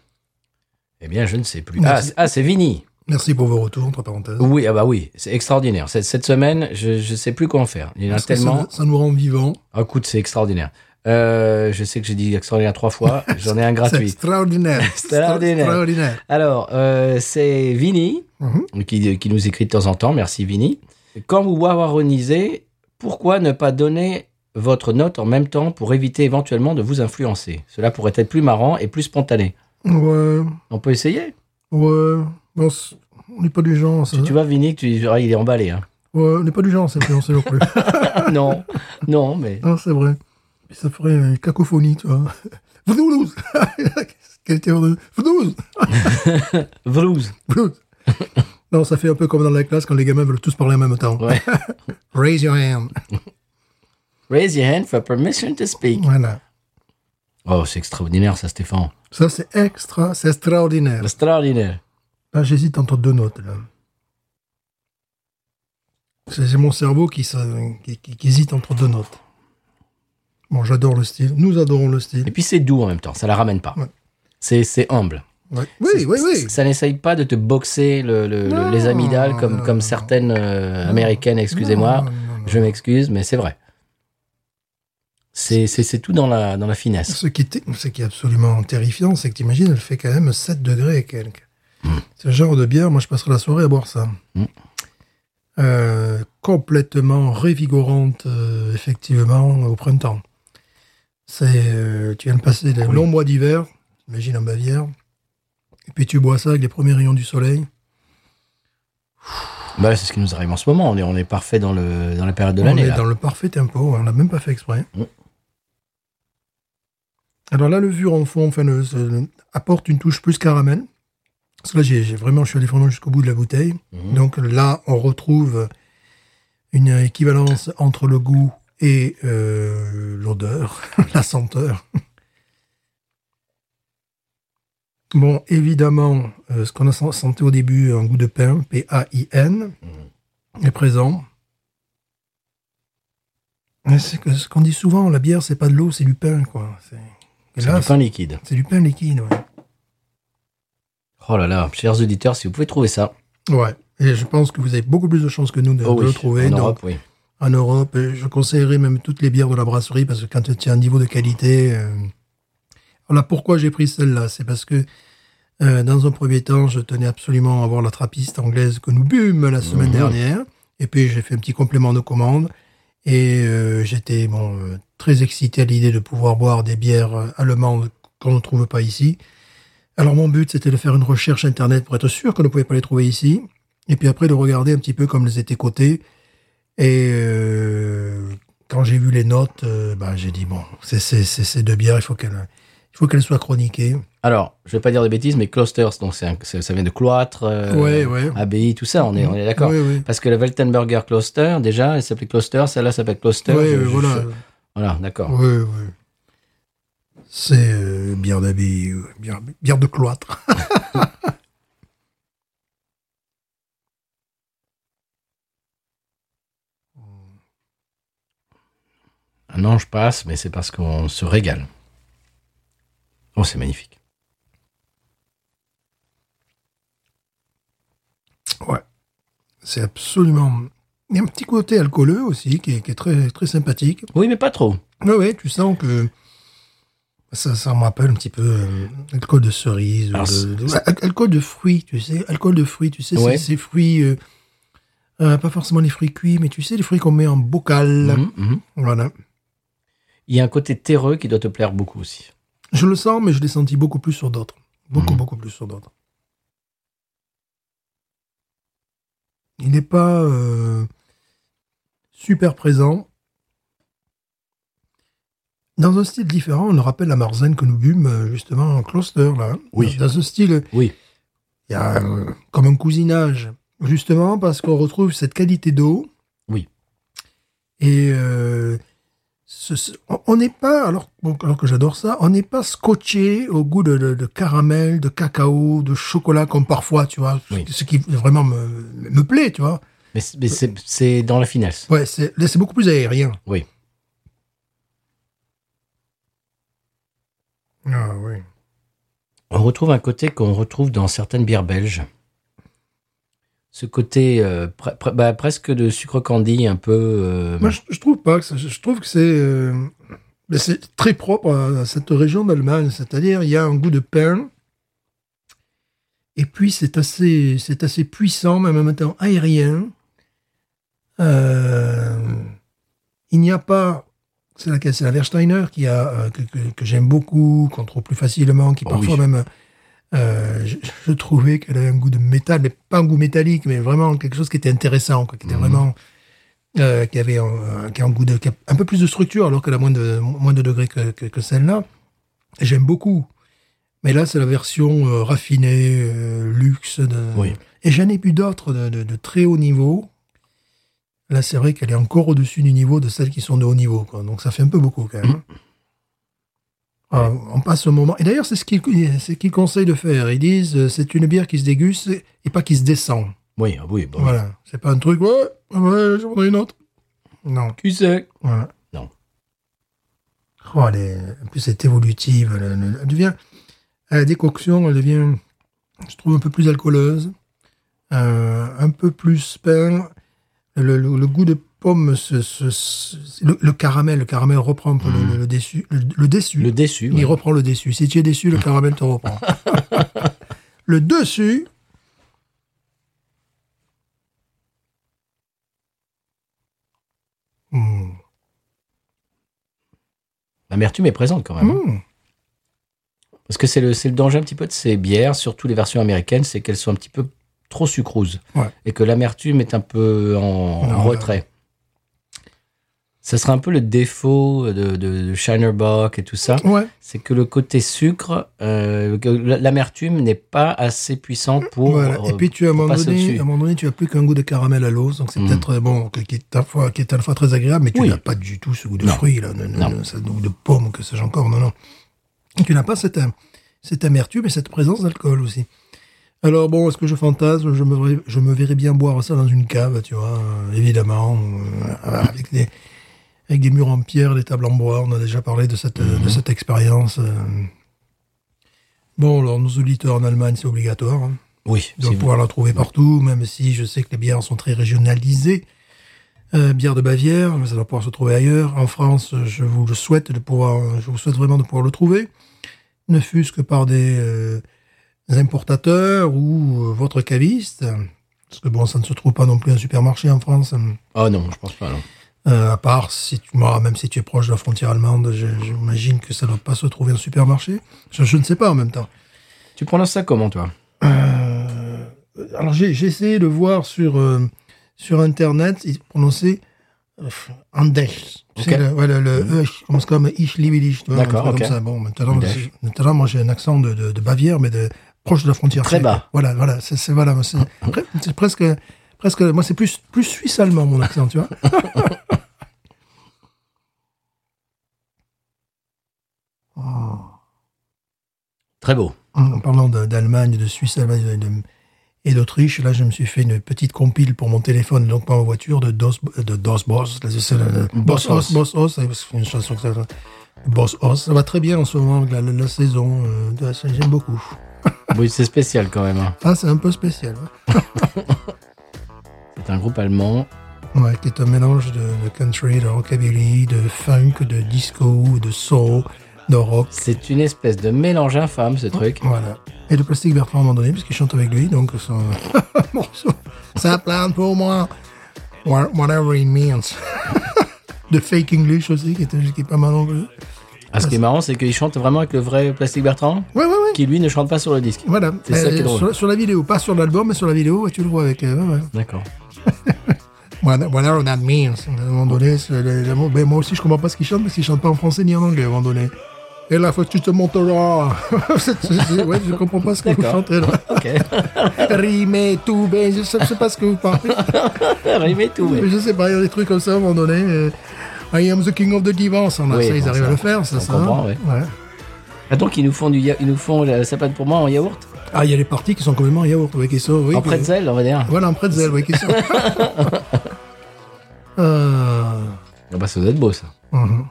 Eh bien, je ne sais plus. Ah,
Merci.
c'est- ah, c'est Vini.
Merci pour vos retours, entre parenthèses.
Oui, ah bah oui, c'est extraordinaire. Cette, cette semaine, je ne sais plus quoi en faire. Il y en a
Parce que ça-
tellement.
ça, nous rend vivants.
Ah, écoute, c'est extraordinaire. Euh, je sais que j'ai dit extraordinaire trois
[LAUGHS]
fois. J'en ai un
C'est
gratuit.
extraordinaire.
[LAUGHS] Extraordinaire.
Extraordinaire.
Alors, euh, c'est Vini
Mhm.
qui, qui nous écrit de temps en temps. Merci Vini. Quand vous wawaronisez, pourquoi ne pas donner votre note en même temps pour éviter éventuellement de vous influencer Cela pourrait être plus marrant et plus spontané.
Ouais,
On peut essayer.
ouais. Bon, c'est- on n'est pas du genre. Ça.
Tu vois, Vini, tu, ah, il est emballé.
[LAUGHS]
hein.
Ouais, on n'est pas du genre, c'est influencer
[LAUGHS]
non plus.
non, non, mais
non, c'est vrai. Mais ça ferait une cacophonie, tu vois. [LAUGHS] Vnoulouz [LAUGHS] Quel était le- Vnoulouz [LAUGHS]
Vlouz.
Vnoulouz Non, ça fait un peu comme dans la classe quand les gamins veulent tous parler en même temps.
Ouais.
[LAUGHS] Raise your hand.
Raise your hand for permission to speak.
Voilà.
Oh, c'est extraordinaire ça, Stéphane.
Ça, c'est extra, c'est extraordinaire.
Extraordinaire.
Là, j'hésite entre deux notes. Là. C'est c'est mon cerveau qui, se- qui- qui- qui hésite entre deux notes. Bon, j'adore le style. Nous adorons le
Et
style.
puis c'est doux en même temps, ça la ramène pas.
Ouais.
C'est c'est humble.
Ouais. Oui,
C'est-
oui, oui.
Ça n'essaye pas de te boxer le- le- le-
Non,
les amygdales comme,
non,
comme
non.
certaines euh, américaines, excusez-moi.
Non, non, non.
Je m'excuse, mais c'est vrai. C'est c'est- c'est tout dans la, dans la finesse.
Ce qui, était- ce qui est absolument terrifiant, c'est que t'imagines, elle fait quand même 7 degrés et quelques. C'est le genre de bière, moi je passerai la soirée à boire ça.
Mm.
Euh, complètement révigorante, euh, effectivement, au printemps. C'est, euh, tu viens de passer des
Oui.
longs mois d'hiver, imagine en Bavière, et puis tu bois ça avec les premiers rayons du soleil.
Bah, c'est ce qui nous arrive en ce moment. On est, on est parfait dans, le, dans la période de
on
l'année.
est
là.
dans le parfait tempo, on l'a même pas fait exprès.
Mm.
Alors la levure en fond enfin, le- le- apporte une touche plus caramel. Parce que là, j'ai j'ai vraiment, je suis allé vraiment jusqu'au bout de la bouteille.
Mhm.
Donc là, on retrouve une équivalence entre le goût et euh, l'odeur, la senteur. [LAUGHS] Bon, évidemment, euh, ce qu'on a sen- senti au début, un goût de pain, P-A-I-N,
Mm.
est présent. Mais C'est que ce qu'on dit souvent, la bière, c'est pas de l'eau, c'est du pain, quoi. C'est- Et
C'est
là,
du pain liquide.
c'est du pain liquide, ouais.
Oh là là, chers auditeurs, si vous pouvez trouver ça.
Ouais. Et je pense que vous avez beaucoup plus de chances que nous de,
Oh
de
oui,
le trouver.
en
donc,
Europe, oui.
en Europe, euh, je conseillerais même toutes les bières de la brasserie parce que quand tu as un niveau de qualité. euh, Voilà pourquoi j'ai pris celle-là. C'est parce que euh, dans un premier temps, je tenais absolument à avoir la trappiste anglaise que nous bûmes la semaine
Mhm.
dernière. Et puis j'ai fait un petit complément de commande. Et euh, j'étais bon, euh, très excité à l'idée de pouvoir boire des bières euh, allemandes qu'on ne trouve pas ici. Alors mon but, c'était de faire une recherche Internet pour être sûr qu'on ne pouvait pas les trouver ici. Et puis après, de regarder un petit peu comme elles étaient cotées. Et euh, quand j'ai vu les notes, euh, bah, j'ai dit, bon, c'est c'est- c'est ces deux bières, il faut qu'elles il faut qu'elles soient chroniquées.
Alors, je vais pas dire de bêtises, mais cloisters, donc c'est un- c'est- ça vient de cloître, euh,
Ouais, ouais. Mm.
abbaye, tout ça, on est, on est d'accord.
Oui, oui.
Parce que la Weltenberger Cloister, déjà, elle s'appelait Cloister, celle-là s'appelle Cloister.
Oui,
Je- je-
oui, euh, voilà.
Voilà, d'accord.
Oui, oui. C'est euh, bière d'abbaye, euh, bière, bière de cloître.
Un ange passe, mais c'est parce qu'on se régale. Oh, c'est magnifique.
C'est absolument. Il y a un petit côté alcooleux aussi qui est, qui est très, très sympathique.
Oui, mais pas trop.
Oui, oui, tu sens que. Ça, ça me rappelle un petit peu euh, alcool de cerise, ou
Alors,
de- de-
c'est-
al- alcool de fruits, tu sais, alcool de fruits, tu sais, c'est
Ouais.
ces fruits, euh, euh, pas forcément les fruits cuits, mais tu sais, les fruits qu'on met en bocal,
Mhm, mhm.
voilà.
Il y a un côté terreux qui doit te plaire beaucoup aussi.
Je le sens, mais je l'ai senti beaucoup plus sur d'autres. Beaucoup,
Mhm.
beaucoup plus sur d'autres. Il n'est pas. euh, super présent. Dans un style différent, on nous rappelle la Marzen que nous bûmes euh, justement en cluster, là. hein.
Oui.
Dans ce style,
Oui.
il y a euh, comme un cousinage, justement parce qu'on retrouve cette qualité d'eau.
Oui.
Et euh, ce- ce- on- on n'est pas, alors, bon, alors que j'adore ça, on n'est pas scotché au goût de, de- de caramel, de cacao, de chocolat comme parfois, tu vois, ce-
Oui.
ce qui vraiment me, me- me plaît, tu vois.
Mais, c'est- mais c'est c'est dans la finesse.
Ouais, c'est là, c'est beaucoup plus aérien.
Oui.
Ah oui.
On retrouve un côté qu'on retrouve dans certaines bières belges. Ce côté euh, pre- pre- bah, presque de sucre candy, un peu. euh,
Moi, je, je trouve pas. que ça- je, je trouve que c'est euh, ben, c'est très propre à, à cette région d'Allemagne. C'est-à-dire, il y a un goût de pain. Et puis, c'est assez, c'est assez puissant, mais en même temps aérien. Euh, il n'y a pas. C'est la, c'est la Versteiner qui a, euh, que, que- que j'aime beaucoup, qu'on trouve plus facilement, qui
Oh
parfois
oui.
même. euh, je, je trouvais qu'elle avait un goût de métal, mais pas un goût métallique, mais vraiment quelque chose qui était intéressant, quoi, qui était
Mhm.
vraiment. euh, qui avait un, qui a un goût de. qui a un peu plus de structure, alors qu'elle a moins de, moins de degrés que, que, que celle-là. Et J'aime beaucoup. Mais là, c'est la version euh, raffinée, euh, luxe. De...
Oui.
Et j'en ai bu d'autres de, de- de très haut niveau. Là, c'est vrai qu'elle est encore au-dessus du niveau de celles qui sont de haut niveau. quoi. Donc, ça fait un peu beaucoup quand même. Ah, on passe au moment. Et d'ailleurs, c'est ce qu'ils c'est ce qu'ils conseillent de faire. Ils disent euh, c'est une bière qui se déguste et pas qui se descend.
Oui, ah oui, bon.
Voilà. C'est pas un truc, ouais, ah ouais, j'en ai une autre. Non.
Tu sais.
Voilà.
Non.
Oh, elle est- en plus, elle est évolutive. Elle, elle- elle devient, à la décoction, elle devient, je trouve, un peu plus alcooleuse, euh, un peu plus pain. Le, le- le goût de pomme, se- se- se- le, le caramel, le caramel reprend un peu le, le- le déçu. Le, le déçu.
Mmh. Le déçu.
Il
ouais.
reprend le dessus. Si tu es déçu, le caramel te reprend. le dessus. Hmm.
L'amertume est présente quand même. hein.
Hmm.
Parce que c'est le, c'est le danger un petit peu de ces bières, surtout les versions américaines, c'est qu'elles sont un petit peu trop sucroses.
Ouais.
Et que l'amertume est un peu en, en
Non,
retrait. Ça sera un peu le défaut de, de, de Shinerbock et tout ça.
Hmm. Ouais.
C'est que le côté sucre, euh, que l'amertume n'est pas assez puissant pour.
Voilà. Et
euh,
puis tu as à un
pour
moment
passer
donné,
au-dessus.
à un moment donné, tu as plus qu'un goût de caramel à l'os, donc c'est
Mm.
peut-être euh, bon, que- qui est à la fois, qui est à la fois très agréable, mais tu
Oui.
n'as pas du tout ce goût de
Non.
fruits là, non, non,
Non.
non, ce goût de pomme que sais-je encore, non non. Et tu n'as pas cette am- cette amertume et cette présence d'alcool aussi. Alors bon, est-ce que je fantasme Je me verrais- je me verrais bien boire ça dans une cave, tu vois, euh, évidemment, euh, avec des avec des murs en pierre, des tables en bois. On a déjà parlé de cette euh, de
Mm-hmm.
cette expérience. euh. Bon, alors nos auditeurs en Allemagne, c'est obligatoire. hein.
Oui,
Ils doivent
c'est-
pouvoir la trouver partout, même si je sais que les bières sont très régionalisées. Euh, bière de Bavière, ça doit pouvoir se trouver ailleurs. En France, euh, je vous le souhaite de pouvoir, je vous souhaite vraiment de pouvoir le trouver, ne fût-ce que par des euh, importateurs ou euh, votre caviste, parce que bon, ça ne se trouve pas non plus en supermarché en France.
Ah non, je pense pas. non.
Euh, à part si tu, moi, même si tu es proche de la frontière allemande, je- j'imagine que ça ne doit pas se trouver en supermarché. Je- je ne sais pas en même temps.
Tu prononces ça comment, toi
Euh, alors j'ai j'ai essayé de voir sur euh, sur internet, ils prononçaient euh, Andes. Tu sais,
Ok. Mhm.
le- ouais, le- le E, je commence comme ich liebe dich, tu vois, un
D'accord,
truc
ok.
Comme ça. Bon, maintenant,
Andes.
c'est- maintenant, moi j'ai un accent de, de, de Bavière, mais de proche de la frontière.
Très
tchèque.
bas.
Voilà, voilà, c'est c'est- voilà, c'est pre- c'est presque presque. Moi c'est plus plus suisse allemand mon accent, tu vois. Oh.
Très beau.
En parlant de- d'Allemagne, de Suisse Allemagne et de- et d'Autriche, là, je me suis fait une petite compile pour mon téléphone, donc pas en voiture, de Dos, de Dos Boss. là, c'est ça, le- le-
Boss
Boss
Hoss.
Hoss, Boss Hoss, c'est une chanson que ça. Boss Hoss, ça va très bien en ce moment, la, la- la saison. euh, de la- J'aime beaucoup.
Oui, c'est spécial quand même. hein.
Ah, c'est un peu spécial. hein.
C'est un groupe allemand.
Ouais, qui est un mélange de, de country, de rockabilly, de funk, de disco, de soul, de rock.
C'est une espèce de mélange infâme, ce truc.
Voilà. Et de Plastique Bertrand à un moment donné, puisqu'il chante avec lui, donc son [LAUGHS] morceau. Ça plane pour moi. Wha- Whatever it means. [LAUGHS] de Fake English aussi, qui, était, qui est pas mal anglais.
Ah, ce qui est marrant, c'est qu'il chante vraiment avec le vrai Plastic Bertrand,
Ouais, ouais, ouais.
qui lui ne chante pas sur le disque.
Voilà.
C'est ça qui est
Euh,
drôle.
sur, sur la vidéo, pas sur l'album, mais sur la vidéo, ouais, tu le vois avec. euh, ouais, ouais.
D'accord.
What- Whatever that means. À un moment donné, c'est le- le mot- ben, moi aussi, je comprends pas ce qu'ils chantent parce qu'ils chantent pas en français ni en anglais à un moment donné. Et là, faut que tu te monteras. [LAUGHS] C'est- c'est- c'est- ouais, je comprends pas ce que vous
D'accord.
chantez là.
[LAUGHS] Ok.
Rimer, tout, ben, je sais, je sais pas ce que vous parlez.
Rimer tout.
Mais
oui.
je sais pas, il y a des trucs comme ça à un moment donné. euh, I am the king of the divan, ça, on a-
Oui,
ça, ils
bon,
arrivent
ça,
à le faire, ça, hein.
on
ça.
comprend, ouais. Ah, donc ils nous font du, ya- ils nous font la sapade pour moi en yaourt,
Ah, il y a les parties qui sont complètement yaourt, oui, qui sont, oui.
en
que-
pretzel, on va dire.
Voilà, en pretzel, oui, qui
[LAUGHS]
sont. [LAUGHS] euh...
Ah bah ça doit être beau ça.
mhm.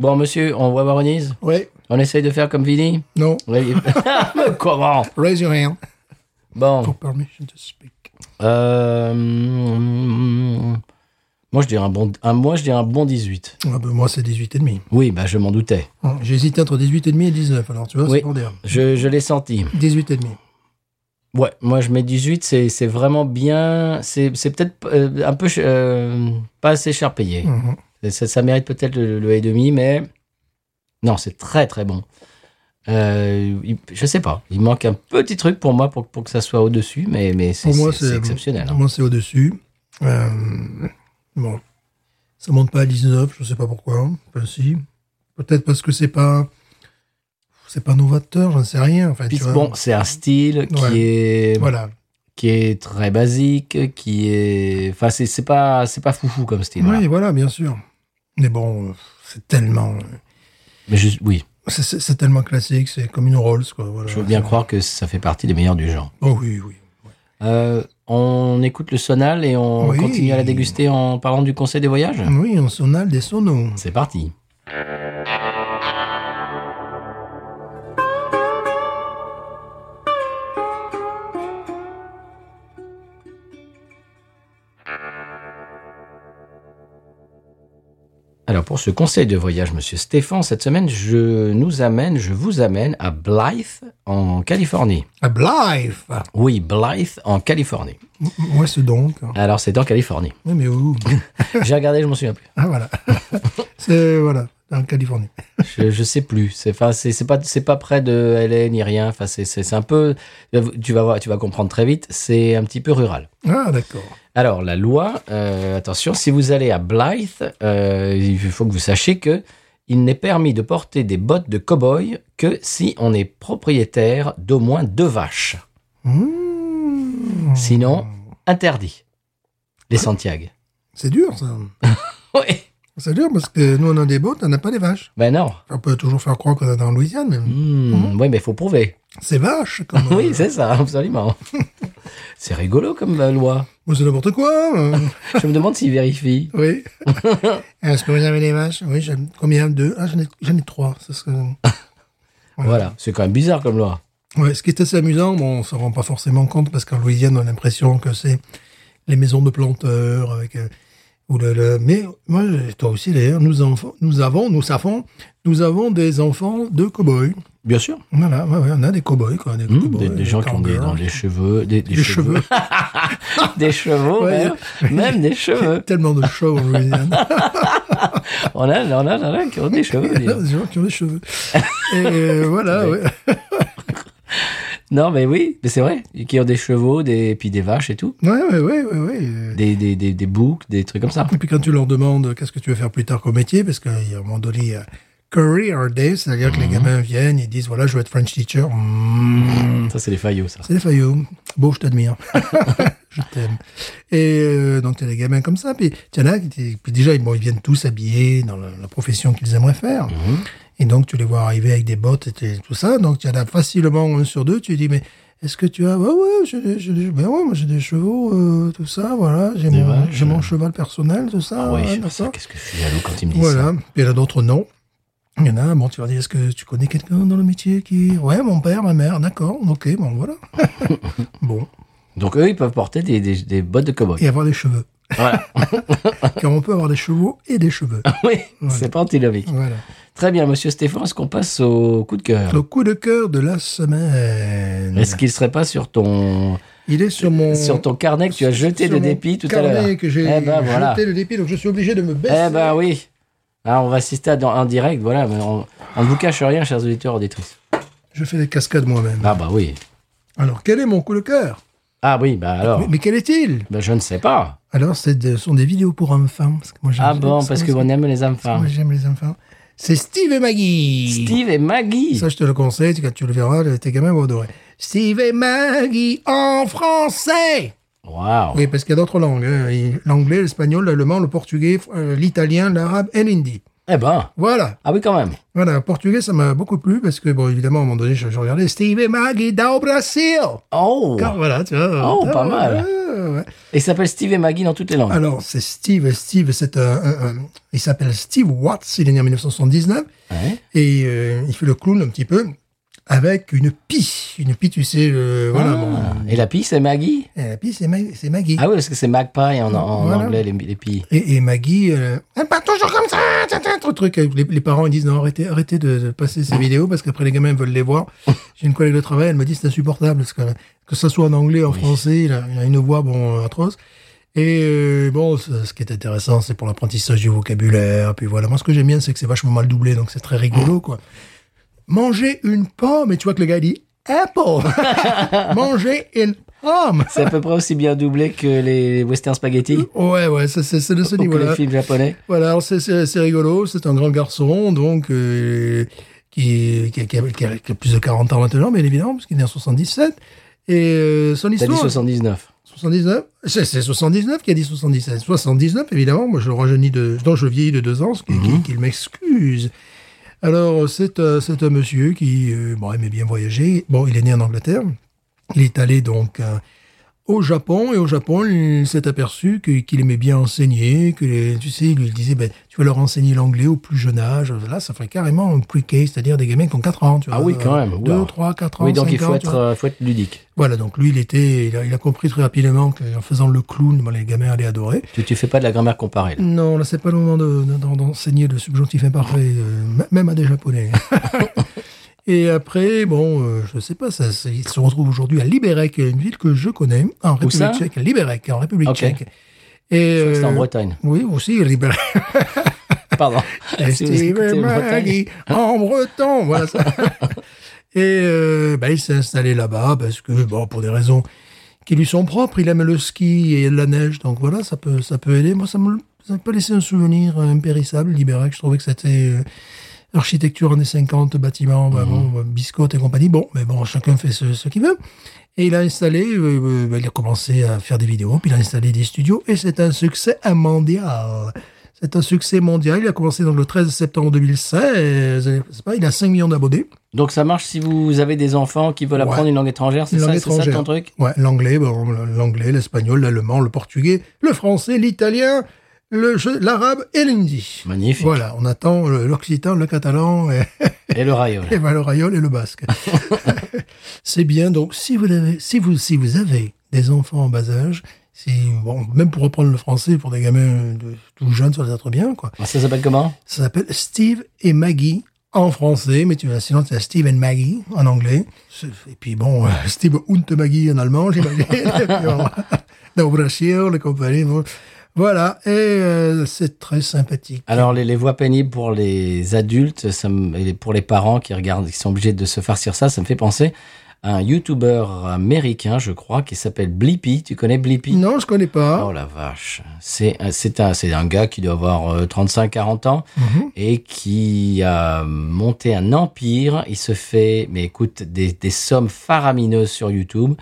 Bon monsieur, on va voir Onise.
Ouais,
On essaye de faire comme Vini.
non,
Oui. Mais [LAUGHS] Comment
raise your hand. For
Bon.
permission to speak.
euh, mm, moi je dirais un bon, un, moi je dirais un bon 18.
Ah ben, moi, c'est 18,5.
Oui, bah je m'en doutais.
Bon, J'ai hésité entre 18,5 et 19, alors tu vois,
Oui.
c'est pour dire.
Je, je l'ai senti.
18,5.
Ouais, moi je mets 18, c'est c'est vraiment bien. C'est c'est peut-être euh, un peu euh, pas assez cher payé.
Mhm.
Ça, ça mérite peut-être le, le et demi, mais non, c'est très très bon. Euh, il- je sais pas, il manque un petit truc pour moi pour, pour que ça soit au-dessus, mais, mais c'est
Pour moi,
c'est- c'est
c'est
exceptionnel. hein.
Pour moi, c'est au-dessus. Euh, bon, ça monte pas à 19, je sais pas pourquoi. hein. Enfin, si. Peut-être parce que c'est pas, c'est pas novateur, j'en sais rien. Enfin,
Puis
tu vois.
bon, c'est un style qui
Ouais.
est
Voilà.
qui est très basique, qui est, enfin c'est c'est pas c'est pas foufou comme style. hein. voilà.
Oui, voilà, bien sûr. Mais bon, euh, c'est tellement,
Mais je- oui,
c'est- c'est c'est tellement classique, c'est comme une Rolls, quoi. Voilà.
je veux bien
C'est-
croire que ça fait partie des meilleurs du genre.
Oh oui, oui.
Euh, on écoute le sonal et on
Oui. Mm.
continue à la déguster en parlant du conseil des voyages.
Oui, on sonale des sonos.
C'est parti. Alors pour ce conseil de voyage, Monsieur Stéphane, cette semaine, je nous amène, je vous amène à Blythe, en Californie.
À Blythe Ah,
Oui, Blythe, en Californie.
Ouais, c'est donc. hein.
Alors c'est en Californie.
Oui,
[LAUGHS]
mais où
J'ai regardé, je m'en souviens plus.
Ah, voilà. [LAUGHS] c'est, voilà, en Californie.
Je, je sais plus. C'est enfin, c'est c'est pas c'est pas près de LA ni rien. Enfin c'est c'est c'est un peu tu vas voir tu vas comprendre très vite. C'est un petit peu rural.
Ah, d'accord.
Alors la loi euh, attention si vous allez à Blythe euh, il faut que vous sachiez que il n'est permis de porter des bottes de cow-boy que si on est propriétaire d'au moins deux vaches.
Mmh.
Sinon interdit. Les Santiago.
C'est dur, ça.
Oui.
C'est dur parce que nous, on a des bottes, on n'a pas des vaches.
Ben non.
On peut toujours faire croire qu'on est en Louisiane, mais
Hmm, Oui mais faut prouver.
c'est vache. Comme,
[LAUGHS]
euh,
Oui c'est ça absolument. c'est rigolo comme euh, loi.
bon, c'est n'importe quoi. euh,
[LAUGHS] Je me demande s'il vérifie. [LAUGHS]
oui. Est-ce que vous avez des vaches Oui, j'en- combien Deux Ah, j'en ai, j'en ai trois. C'est ce que-
Voilà, c'est quand même bizarre comme loi.
Ouais, ce qui est assez amusant, bon, on s'en rend pas forcément compte parce qu'en Louisiane, on a l'impression que c'est les maisons de planteurs avec euh, ou le, le- mais moi et toi aussi d'ailleurs, nous enfants, nous avons, nous savons, nous avons des enfants de cow-boys.
Bien sûr.
Voilà, ouais, ouais, on a des cow-boys quoi, des, cow-boys,
Hmm, des, des gens qui ont des,
cowgirls,
dans les cheveux, des, des [LAUGHS]
des cheveux,
des cheveux,
Ouais,
même, même des cheveux.
[LAUGHS] tellement de cheveux en
[LAUGHS]
Louisiane.
Ah On a, on a, on a qui ont des cheveux. dis donc.
des gens qui ont des cheveux.
[LAUGHS]
Et euh, voilà, ouais.
Non, mais oui, mais c'est vrai. Qui ont des chevaux, des, et puis des vaches et tout.
Ouais, ouais, ouais, ouais, ouais.
Des, des, des, des boucs, des trucs comme ça.
Et puis quand tu leur demandes qu'est-ce que tu veux faire plus tard comme métier, parce qu'il y a un moment donné, il y a Career Day, c'est-à-dire que les
Mhm.
gamins viennent, ils disent voilà, je veux être French teacher. Mmh.
Ça, c'est les faillots, ça.
C'est des faillots. Bon, je
[LAUGHS]
t'admire. je t'aime. Et euh, donc, tu as des gamins comme ça. Puis, tu en as qui t- puis déjà, ils- bon, ils viennent tous habillés dans la, la profession qu'ils aimeraient faire.
Mhm.
Et donc, tu les vois arriver avec des bottes et t- tout ça. Donc, tu en as facilement un sur deux. Tu dis, mais est-ce que tu as. Ouais, ouais, j'ai des, j'ai des- ben ouais, moi, j'ai des chevaux, euh, tout ça. Voilà, j'ai
Des
mon,
vaches,
j'ai mon
euh.
cheval personnel, tout ça.
oui,
ouais,
je sais pas Ah, bah
d'accord.
ça. Qu'est-ce que je suis jaloux quand ils me disent ça.
Voilà. Puis il y en a d'autres non. Il y en a, un, bon, tu leur dis, est-ce que tu connais quelqu'un dans le métier qui. Ouais, mon père, ma mère, d'accord, ok, bon,
[LAUGHS]
voilà. bon.
Donc, eux, ils peuvent porter des, des, des bottes de cow-boy. [LAUGHS]
Et avoir des cheveux.
Voilà.
[LAUGHS] Car on peut avoir des chevaux et des cheveux.
oui, c'est pas antinomique.
Voilà.
Très bien, monsieur Stéphane, est-ce qu'on passe au coup de cœur
Le coup de cœur de la semaine.
Est-ce qu'il serait pas sur ton,
Il est sur mon.
sur ton carnet que tu as jeté
Euh, sur
de
mon
dépit tout à
carnet
l'heure.
que j'ai
Eh ben, voilà.
jeté le dépit, donc je suis obligé de me baisser.
Eh ben oui. Ah, on va assister à dans, en direct, voilà. Mais on on ne vous cache rien, chers auditeurs auditrices.
Je fais des cascades moi-même.
Ah bah oui.
Alors, quel est mon coup de cœur
Ah oui, bah alors.
Mais, mais quel est-il
Bah, je ne sais pas.
Alors, ce sont des vidéos pour enfants. Parce que moi, j'aime
Ah
ça,
bon,
ça,
parce
ça,
qu'on aime les
parce que
enfants.
Moi, j'aime les enfants. C'est Steve et Maggie.
Ah. Steve et Maggie.
Ça, je te le conseille, tu- quand tu le verras, le- tes gamins vont adorer. Steve et Maggie en français.
Waouh.
Oui, parce qu'il y a d'autres langues. hein. Il- L'anglais, l'espagnol, l'allemand, le portugais, euh, l'italien, l'arabe et l'hindi.
Eh ben.
Voilà.
Ah oui, quand même.
Voilà, le portugais, ça m'a beaucoup plu parce que, bon, évidemment, à un moment donné, je, je regardais Steve et Maggie do Brasil.
Oh.
Car voilà, tu vois.
Oh,
ah,
pas mal.
ouais, ouais.
Et il s'appelle Steve et Maggie dans toutes les langues.
Alors, c'est Steve. Steve, c'est un, un- un- Il s'appelle Steve Watts. Il est né en 1979.
Ouais.
Et euh, il fait le clown un petit peu avec une pie. Une pie, tu sais, euh, voilà. bon.
Ah, Et la pie, c'est Maggie
Et la pie, c'est Ma- c'est Maggie.
Ah oui, parce que c'est Magpie en, en
Voilà.
anglais, les, les pies.
Et, et Maggie, euh, elle parle toujours comme ça, tata, tata, le truc. Les, les parents ils disent non, arrêtez, arrêtez de, de passer ces vidéos parce qu'après les gamins veulent les voir. J'ai une collègue de travail, elle me dit c'est insupportable parce que que ça soit en anglais, en français, il a, il a une voix bon atroce. Et euh, bon, ce ce qui est intéressant, c'est pour l'apprentissage du vocabulaire. Puis voilà, moi ce que j'aime bien, c'est que c'est vachement mal doublé, donc c'est très rigolo quoi. Manger une pomme, et tu vois que le gars il dit apple. Manger une pomme.
C'est à peu près aussi bien doublé que les western
[LAUGHS]
spaghetti ou
Ouais, ouais, ça, c'est c'est de ce
que
niveau-là.
les films japonais.
Voilà, alors c'est- c'est c'est rigolo, c'est un grand garçon, donc, euh, qui, qui, qui, a, qui a- qui a plus de 40 ans maintenant, bien évidemment, parce qu'il est né en 77. Et euh, son
T'as dit
histoire...
79.
79 C'est c'est 79 qui a dit 77. 79, évidemment, moi je le rajeunis de... Non, je vieillis de deux ans, ce qui- qui-
Mhm.
qu'il m'excuse. Alors, c'est un, c'est un monsieur qui euh, bon, aimait bien voyager. Bon, il est né en Angleterre. Il est allé donc euh, au Japon. Et au Japon, il s'est aperçu que- qu'il aimait bien enseigner. Que les- tu sais, il lui disait, ben, tu vas leur enseigner l'anglais au plus jeune âge. Là, ça ferait carrément un pre-K, c'est-à-ire des gamins qui ont 4 ans. Tu vois,
Ah oui, quand même.
2,
Wow.
3, 4 ans.
Oui, donc il
5 ans,
faut
tu
être,
vois.
euh, faut être ludique.
Voilà, donc lui, il était, il a, il a compris très rapidement qu'en faisant le clown, bon, les gamins allaient adorer.
Tu, tu fais pas de la grammaire comparée. là.
Non, là, c'est pas le moment de- de- d'enseigner le subjonctif imparfait, euh, m- même à des Japonais. hein. [LAUGHS] Et après, bon, euh, je sais pas, ça, c'est- il se retrouve aujourd'hui à Liberec, une ville que je connais, en République
ça
tchèque. Liberec, en République
Ok.
tchèque. Et,
Je crois que C'est en
euh, [LAUGHS]
Bretagne.
Oui, aussi Liberec.
Pardon. Si vous
Steve
Eh, écoutez
et
en Bretagne.
Euh, Maggie, en breton, voilà ça. et euh, ben, il s'est installé là-bas parce que, bon, pour des raisons qui lui sont propres, il aime le ski et la neige, donc voilà, ça peut, ça peut aider. Moi, ça me ça m'a pas laissé un souvenir euh, impérissable, Libérac. Je trouvais que c'était euh, architecture années 50, bâtiments, bah, bon, euh, biscottes et compagnie. Bon, mais bon, chacun fait ce, ce qu'il veut. Et il a installé, euh, euh, bah, il a commencé à faire des vidéos, puis il a installé des studios, et c'est un succès euh, mondial. C'est un succès mondial. Il a commencé donc le 13 septembre 2016. euh, je sais pas, Il a 5 millions d'abonnés.
Donc ça marche si vous avez des enfants qui veulent apprendre
Ouais.
une langue étrangère, c'est
Une
ça,
langue
c'est ça ton
étrangère.
truc
Ouais, l'anglais, bon, l'anglais, l'espagnol, l'allemand, le portugais, le français, l'italien, le che- l'arabe et l'hindi.
Magnifique.
Voilà, on attend le- l'occitan, le catalan et,
Et le rayon.
et ben, le rayol et le basque. C'est bien. Donc, si vous avez, si vous, si vous avez des enfants en bas âge, si, bon, même pour reprendre le français pour des gamins de, tout jeunes, ça va être bien, quoi.
Ça s'appelle comment
Ça s'appelle Steve et Maggie en français, mais tu vas sinon tu as Steve and Maggie en anglais. C'est- Et puis bon, euh, Steve und Maggie en
[LAUGHS]
allemand, j'imagine. Et puis, bon, Dans Brassier, les compagnies. bon. Voilà, et euh, c'est très sympathique.
Alors les, les voix pénibles pour les adultes, ça me- et les- pour les parents qui regardent, qui sont obligés de se farcir ça, ça me fait penser à un YouTuber américain, je crois, qui s'appelle Blippi. Tu connais Blippi
Non, je connais pas.
Oh la vache. C'est un- c'est un, c'est un gars qui doit avoir 35-40 ans
Mhm.
et qui a monté un empire. Il se fait, mais écoute, des, des sommes faramineuses sur YouTube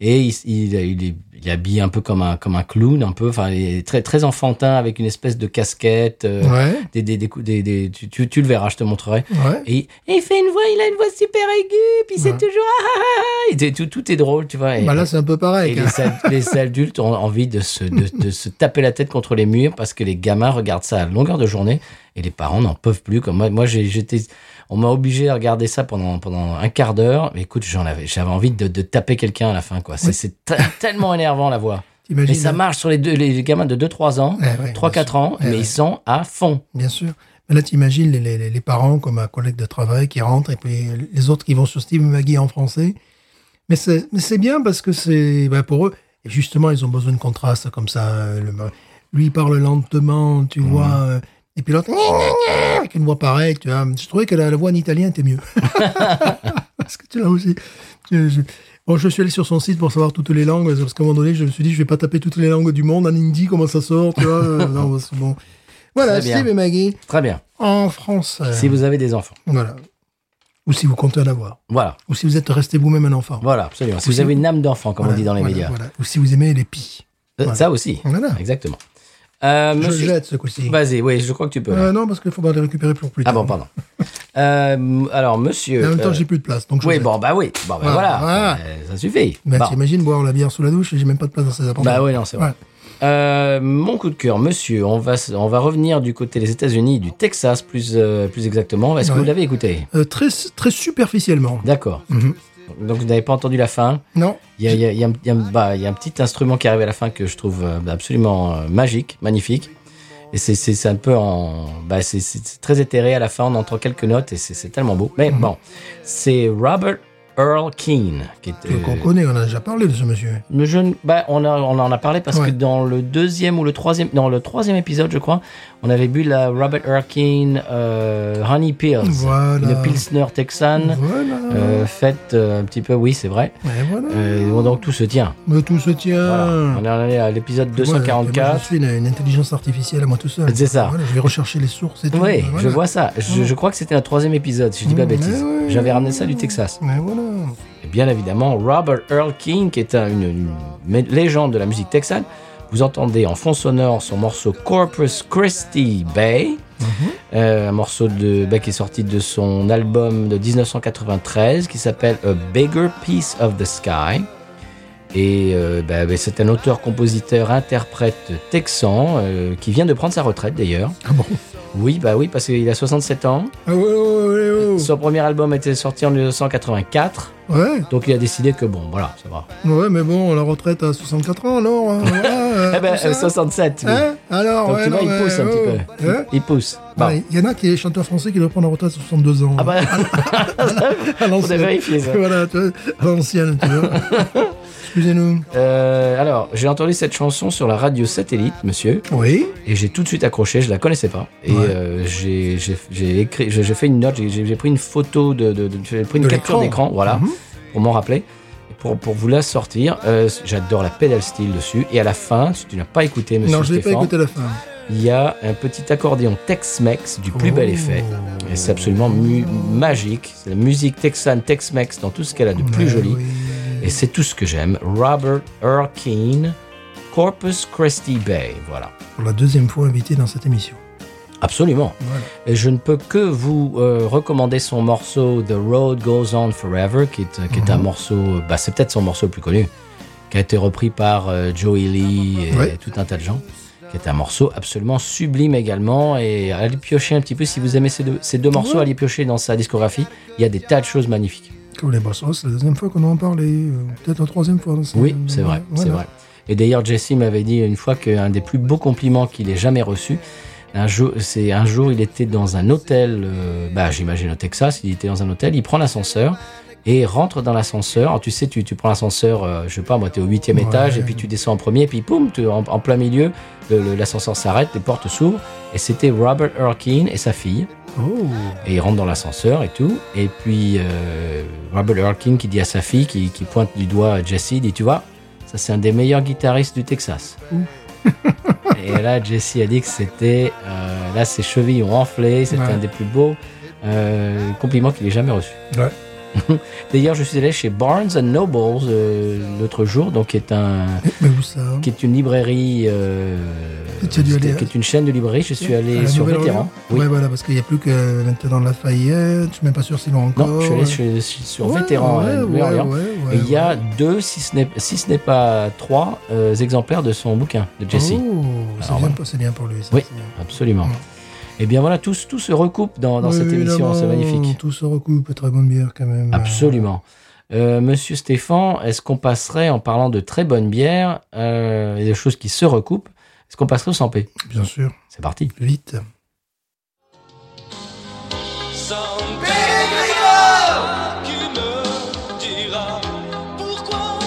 et il, il, il, est- il habille un peu comme un, comme un clown, un peu, enfin, il est très, très enfantin avec une espèce de casquette. euh,
Ouais,
des, des, des, cou- des, des- tu, tu, tu le verras, je te montrerai.
ouais.
Et, et il fait une voix, il a une voix super aiguë, puis c'est
Ouais.
toujours ah, ah, ah, ah, et t'es- tout, tout est drôle, tu vois. Et,
Bah là, c'est un peu
et
pareil.
les,
hein.
ad- les
[LAUGHS]
adultes ont envie de se, de, de se taper la tête contre les murs parce que les gamins regardent ça à longueur de journée et les parents n'en peuvent plus. Comme moi, moi j'ai- j'étais, on m'a obligé à regarder ça pendant, pendant un quart d'heure. Mais écoute, j'en avais, j'avais envie de, de taper quelqu'un à la fin, quoi. C'est
Oui.
c'est te- tellement énervant la voix.
T'imagines,
Et ça
hein.
marche sur les deux, les les gamins de 2-3 ans,
Ouais, ouais, Eh bien
3-4
sûr.
ans,
Ouais,
mais
ouais.
ils sont à fond.
hein, Bien sûr. Mais là, t'imagines les, les, les parents comme un collègue de travail qui rentre et puis les autres qui vont sur Steve Maggie en français. Mais c'est mais c'est bien parce que c'est bah, pour eux. Et justement, ils ont besoin de contraste comme ça. euh, le- lui, il parle lentement, tu
Mmh.
vois. euh, Et puis l'autre, [LAUGHS] gna, gna, gna, avec une voix pareille, tu vois. Je trouvais que la, la voix en italien était mieux. [LAUGHS] parce que tu là aussi. Je, je- Bon, je suis allé sur son site pour savoir toutes les langues, parce qu'à un moment donné, je me suis dit, je vais pas taper toutes les langues du monde en hindi, comment ça sort, tu vois.
[LAUGHS]
euh, non, bah, c'est bon. Voilà,
Très bien.
Steve et Maggie,
Très bien.
en France. euh,
Si vous avez des enfants.
Voilà. Ou si vous comptez en avoir.
Voilà,
Ou si vous êtes resté vous-même un enfant.
voilà, absolument. Si vous
Aussi-
avez une âme d'enfant, comme on
Voilà,
dit dans les
voilà,
médias.
voilà. Ou si vous aimez les pis.
Euh,
Voilà.
Ça aussi.
Voilà.
Exactement. Euh,
Je le
monsieur-
jette ce coup-ci.
Vas-y, oui, je crois que tu peux.
Euh, non, parce qu'il faudra les récupérer pour plus
ah
tard.
bon, pardon. Euh, alors,
Et
monsieur.
en même temps,
euh,
j'ai plus de place. Donc je
oui,
jette.
bon, bah oui. Bon, bah voilà.
Voilà, voilà.
Euh, ça suffit.
Bah,
Bon.
T'imagines boire la bière sous la douche et j'ai même pas de place dans ces appartements.
Bah oui, non, c'est vrai.
Ouais.
Euh, mon coup de cœur, monsieur, on va, s- on va revenir du côté des États-Unis, du Texas plus, euh, plus exactement. Est-ce que
Ouais.
vous l'avez écouté
Euh, très, très superficiellement.
D'accord.
Mhm.
Donc, vous n'avez pas entendu la fin.
Non.
Il y a, il y a- il y a un- il y a un- bah, il y a un petit instrument qui arrive à la fin que je trouve euh, absolument euh, magique, magnifique. Et c'est- c'est c'est un peu en. Bah, c'est- c'est c'est très éthéré à la fin, on entend quelques notes et c'est c'est tellement beau. Mais
Mhm.
bon, c'est Robert Earl Keane qui est.
Qu'on
euh,
connaît, on en a déjà parlé de ce monsieur.
le jeune, bah, on, a- on en a parlé parce que
Ouais.
dans le deuxième ou le troisième, dans le troisième épisode, je crois, on avait bu la Robert Erkin euh, Honey Pills,
Voilà.
une Pilsner texane
Voilà.
euh, faite euh, un petit peu, oui, c'est vrai.
Et voilà.
Euh, bon, donc tout se tient.
Mais tout se tient.
Voilà. On est allé à l'épisode
Ah. Moi, je
244.
suis une, une intelligence artificielle à moi tout seul.
C'est ça.
Voilà, je vais rechercher les sources et tout.
Oui,
Voilà.
je vois ça. Je, je crois que c'était un troisième épisode, si je dis pas
Mais
bêtise.
ouais.
J'avais ramené ça du Texas.
Mais voilà.
Et bien évidemment, Robert Earl King, qui est un- une, une mé- légende de la musique texane, vous entendez en fond sonore son morceau Corpus Christi Bay, euh, un morceau de, bah, qui est sorti de son album de 1993 qui s'appelle A Bigger Piece of the Sky. Et euh, bah, bah, c'est un auteur, compositeur, interprète texan euh, qui vient de prendre sa retraite d'ailleurs.
Ah bon
Oui, bah oui, parce qu'il a 67 ans.
Ah ouais, ouais, ouais, ouais.
Son premier album était sorti en 1984.
Ouais,
Donc il a décidé que bon, voilà, ça va.
ouais, mais bon, la retraite à 64 ans, alors. hein, voilà,
[LAUGHS] Eh ben,
tout ça.
euh, 67, oui.
Hein Alors,
Donc
ouais,
tu vois,
non,
il
mais, oh, hein
pousse un
ouais,
petit peu.
ouais.
Il pousse. Bon.
Ouais, Il y en a qui est chanteur français qui doit prendre la retraite à 62 ans. hein,
Ah bah,
à
[LAUGHS] on a
l'ancienne.
vérifié ça.
[LAUGHS] voilà, tu vois, à l'ancienne, tu vois.
[LAUGHS]
Excusez-nous.
Euh, alors, j'ai entendu cette chanson sur la radio satellite, monsieur,
Oui.
et j'ai tout de suite accroché, je la connaissais pas. Et
Ouais.
euh, j'ai j'ai- j'ai écrit, j'ai j'ai fait une note, j'ai- j'ai j'ai pris une photo de, de- de- j'ai pris une
De
capture
l'écran.
d'écran, voilà,
Mhm.
pour m'en rappeler. Pour, pour vous la sortir, Euh, j'adore la pédale style dessus. Et à la fin, si tu n'as pas écouté, monsieur
non, je l'ai pas
Stéphane,
écouté la fin.
il y a un petit accordéon Tex-Mex du plus bel
Oh.
effet. Et c'est absolument mu- magique. C'est la musique texane Tex-Mex dans tout ce qu'elle a de plus
Ouais,
joli.
oui.
Et c'est tout ce que j'aime. Robert Erkin, Corpus Christi Bay. Voilà.
Pour la deuxième fois invité dans cette émission.
Absolument.
Voilà.
Et je ne peux que vous euh, recommander son morceau The Road Goes On Forever, qui est, euh, qui est un morceau, bah, c'est peut-être son morceau le plus connu, qui a été repris par euh, Joey Lee et
Ouais.
tout un tas de gens, qui est un morceau absolument sublime également. Et allez piocher un petit peu, si vous aimez ces deux, ces deux morceaux, allez piocher dans sa discographie. Il y a des tas de choses magnifiques.
Comme les bossos, c'est la deuxième fois qu'on en parlait. euh, Peut-être la troisième fois. dans cette-
Oui, c'est vrai,
Voilà.
c'est vrai. Et d'ailleurs, Jesse m'avait dit une fois qu'un des plus beaux compliments qu'il ait jamais reçu, un jour, c'est un jour, il était dans un hôtel, euh, bah, j'imagine au Texas, il était dans un hôtel, il prend l'ascenseur et rentre dans l'ascenseur. Alors, Tu sais, tu, tu prends l'ascenseur, euh, je sais pas, moi, t'es au huitième
Ouais.
étage et puis tu descends en premier, et puis poum, tu- en, en plein milieu, le- le- l'ascenseur s'arrête, les portes s'ouvrent et c'était Robert Erkin et sa fille.
Oh.
Et il rentre dans l'ascenseur et tout. Et puis, euh, Robert Erkin qui dit à sa fille, qui, qui pointe du doigt à Jesse, dit Tu vois, ça c'est un des meilleurs guitaristes du Texas. et là, Jesse a dit que c'était. euh, là, ses chevilles ont enflé, c'était
Ouais.
un des plus beaux euh, compliments qu'il ait jamais reçu.
Ouais.
D'ailleurs, je suis allé chez Barnes Nobles euh, l'autre jour, donc qui est un
Eh, Mais où ça
qui est une librairie, euh,
Tu as dû aller à-
qui est une chaîne de librairies. Je suis
À
allé
la
sur
Nouvelle-Orléans
Vétéran. Oui.
Ouais, voilà, parce qu'il n'y a plus que maintenant Lafayette, je suis même pas sûr s'ils l'ont encore.
Non, je suis allé sur, sur
Ouais,
Vétéran.
ouais,
euh,
ouais,
Orient.
ouais, ouais,
Et il y a
ouais.
deux, si ce n'est, si ce n'est pas trois, euh, exemplaires de son bouquin, de Jesse.
Oh, c'est
Alors,
bien,
voilà.
pour- c'est bien pour lui. ça,
Oui.
c'est bien.
Absolument.
Ouais.
Et bien voilà, tout, tout se recoupe dans, dans
Oui,
cette émission,
évidemment,
c'est magnifique.
Tout se recoupe, très bonne bière quand même.
Absolument. Euh, Monsieur Stéphane, est-ce qu'on passerait, en parlant de très bonne bière euh, et de choses qui se recoupent, est-ce qu'on passerait au 100 p
Euh, Bien sûr,
C'est parti.
vite.
Some pèlerin qui me dira pourquoi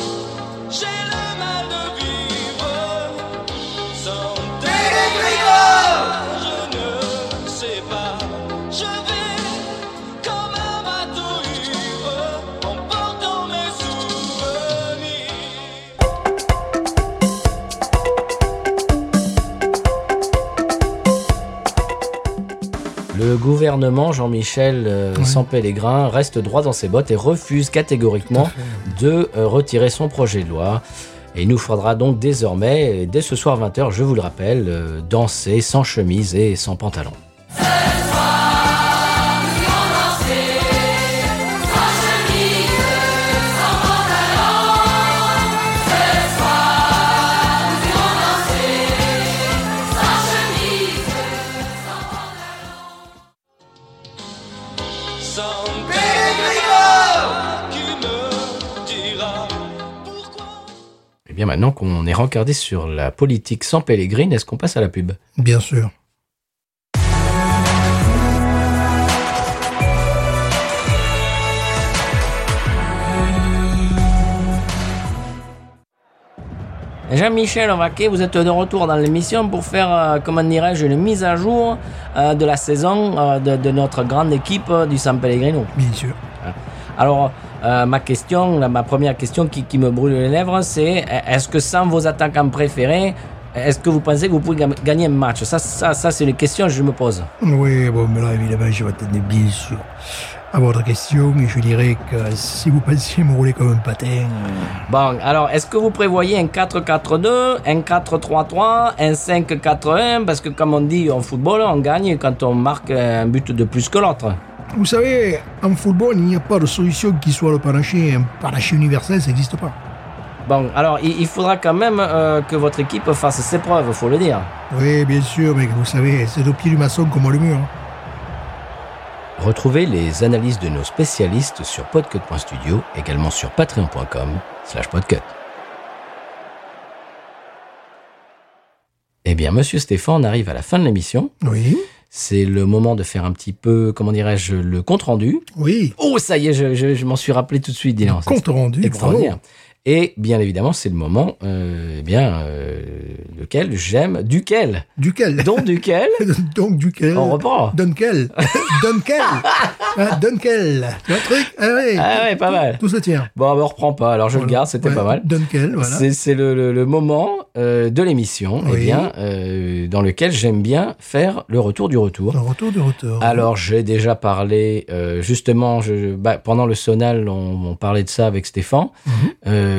j'ai le mal de vivre. Sans pèlerin, je ne sais pas. Je vais comme un bateau ivre en
gouvernement, Jean-Michel euh,
Ouais.
San Pellegrin, reste droit dans ses bottes et refuse catégoriquement de euh, retirer son projet de loi. Et il nous faudra donc désormais, euh, dès ce soir 20h, je vous le rappelle, euh, danser sans chemise et sans pantalon.
Sans Pèlerigor, qui me dira pourquoi
Et Eh bien maintenant qu'on est rencardé sur la politique sans Pellegrine, est-ce qu'on passe à la pub
Bien sûr.
Jean-Michel Vaquet, vous êtes de retour dans l'émission pour faire, euh, comment dirais-je, une mise à jour euh, de la saison euh, de, de notre grande équipe euh, du San Pellegrino.
Bien sûr.
Alors, euh, ma question, la- ma première question qui, qui me brûle les lèvres, c'est euh, est-ce que sans vos attaquants préférés, est-ce que vous pensez que vous pouvez ga- gagner un match Ça, ça, ça c'est une question que je me pose.
Oui, bon, mais là, évidemment, je vais attendre, bien sûr, à votre question, mais je dirais que si vous pensiez me rouler comme un patin, euh,
Bon, alors, est-ce que vous prévoyez un 4-4-2, un 4-3-3, un 5-4-1 Parce que, comme on dit en football, on gagne quand on marque un but de plus que l'autre.
vous savez, en football, il n'y a pas de solution qui soit le panaché. Un panaché universel, ça n'existe pas.
Bon, alors, il, il faudra quand même euh, que votre équipe fasse ses preuves, faut le dire.
Oui, bien sûr, mais vous savez, c'est au pied du maçon qu'on voit le mur. hein.
Retrouvez les analyses de nos spécialistes sur podcut.studio, également sur patreon.com slash podcut. Eh bien, monsieur Stéphane, on arrive à la fin de l'émission.
Oui.
C'est le moment de faire un petit peu, comment dirais-je, le compte-rendu.
Oui.
Oh, ça y est, je, je- je m'en suis rappelé tout de suite, Dylan. Ça,
Compte rendu.
c'est extraordinaire. Et bien évidemment, c'est le moment, euh, eh bien, euh, lequel j'aime, duquel,
bravo. Duquel
dont
[LAUGHS]
duquel,
Donc duquel
on reprend. [LAUGHS]
Dunkel. Dunkel. Hein, Dunkel. Tu vois le truc Ah ouais.
Ah ouais, pas mal.
Tout se tient.
Bon, on reprend pas. Alors je le
Voilà.
garde, c'était
Ouais,
pas mal.
Dunkel, voilà.
C'est- C'est le, le- le moment euh, de l'émission, eh
Oui.
bien, euh, dans lequel j'aime bien faire le retour du retour.
Le retour de retour.
Alors j'ai déjà parlé euh, justement je, bah, pendant le sonal, on, on parlait de ça avec Stéphane.
Mhm.
Euh,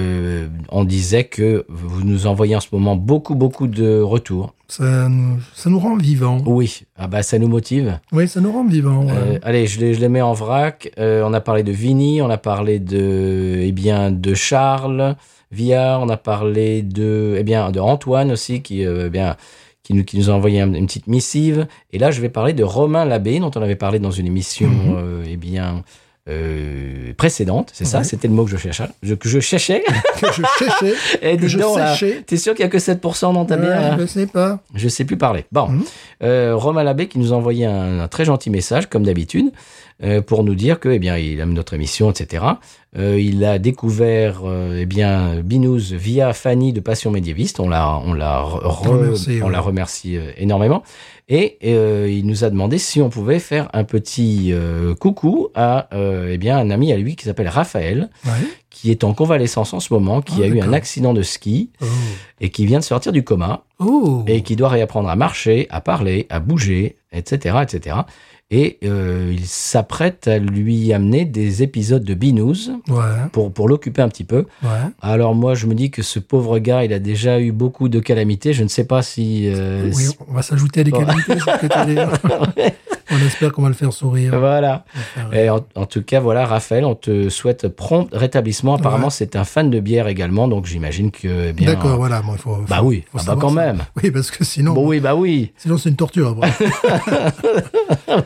on disait que vous nous envoyez en ce moment beaucoup beaucoup de retours.
Ça nous, ça nous rend vivants.
Oui, ah bah ça nous motive.
Oui, ça nous rend vivants. ouais.
Euh, allez, je les, je les mets en vrac. Euh, on a parlé de Vini, on a parlé de eh bien de Charles Villard, on a parlé de eh bien de Antoine aussi qui euh, eh bien qui nous, qui nous a envoyé un- une petite missive. Et là, je vais parler de Romain Labbé, dont on avait parlé dans une émission
Mhm.
euh, eh bien euh, précédente. C'est ça,
Ouais.
c'était le mot que je cherchais. je- que je
[LAUGHS]
cherchais.
que je cherchais,
Et
que
dis
je
donc, là,
séchais.
T'es sûr qu'il y a que 7% dans ta bière
Ouais,
là
je sais pas.
je sais plus parler. Bon,
Mhm.
Euh, Romain Labbé qui nous a envoyé un, un très gentil message, comme d'habitude, euh, pour nous dire que, eh bien, il aime notre émission, etc. Euh, il a découvert, euh, eh bien, Binous via Fanny de Passion médiéviste. On l'a, on l'a, re- re-
Remercié,
on
ouais.
la remercie euh, énormément. Et euh, il nous a demandé si on pouvait faire un petit euh, coucou à, euh, eh bien, un ami à lui qui s'appelle Raphaël,
Ouais.
qui est en convalescence en ce moment, qui
Ah,
a eu un
d'accord.
accident de ski
Oh.
et qui vient de sortir du coma
Oh.
et qui doit réapprendre à marcher, à parler, à bouger, etc., etc. Et euh, il s'apprête à lui amener des épisodes de Binous
Ouais,
pour, pour l'occuper un petit peu.
ouais.
Alors moi, je me dis que ce pauvre gars, il a déjà eu beaucoup de calamités. Je ne sais pas si... euh,
oui,
si-
on va s'ajouter à des
Bon.
qualités. c'est
[LAUGHS]
peut-être aller. on espère qu'on va le faire sourire.
Voilà.
On va faire-
Et en, en tout cas, voilà, Raphaël, on te souhaite prompt rétablissement. Apparemment,
Ouais.
c'est un fan de bière également, donc j'imagine que... eh bien,
D'accord, voilà. Bon, il faut, faut-
Bah oui,
faut
ah bah
savoir
quand
ça.
même.
Oui, parce que sinon,
Bon oui, bah oui.
sinon c'est une torture. après.
[LAUGHS]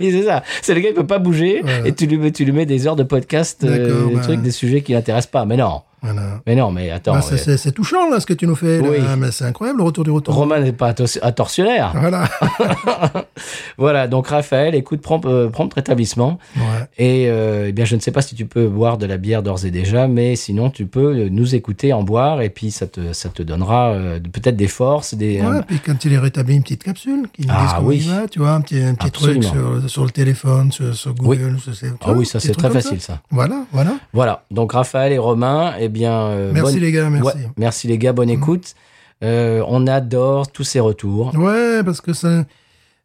Oui, c'est ça. C'est le gars qui peut pas bouger
Voilà.
et tu lui, mets- tu lui mets des heures de podcast, euh,
D'accord,
des
bah.
trucs, des sujets qui l'intéressent pas. Mais non,
Voilà.
mais non, mais attends.
Bah, ça,
euh,
c'est c'est touchant là ce que tu nous fais. là.
Oui.
Ah, mais c'est incroyable le retour du retour.
Romain n'est pas atto- un tortionnaire.
Voilà.
Voilà, donc Raphaël, écoute, prompt, euh, prompt rétablissement.
Ouais.
Et euh, eh bien, je ne sais pas si tu peux boire de la bière d'ores et déjà, mais sinon, tu peux euh, nous écouter en boire et puis ça te, ça te donnera euh, peut-être des forces. Des,
Ouais,
euh,
puis quand il est rétabli, une petite capsule qui nous
Ah,
dit comment
oui.
il va, tu vois, un petit, un petit truc
Absolument.
sur, sur le téléphone, sur, sur Google. sur- sur- tu
Ah
vois,
oui, ça
des
c'est
trucs
très
comme
facile ça.
Voilà, voilà.
Voilà, donc Raphaël et Romain, eh bien. euh,
Merci
bonne-
les gars, merci. Mm.
Ouais, merci les gars, bonne écoute. Euh, on adore tous ces retours.
Ouais, parce que ça,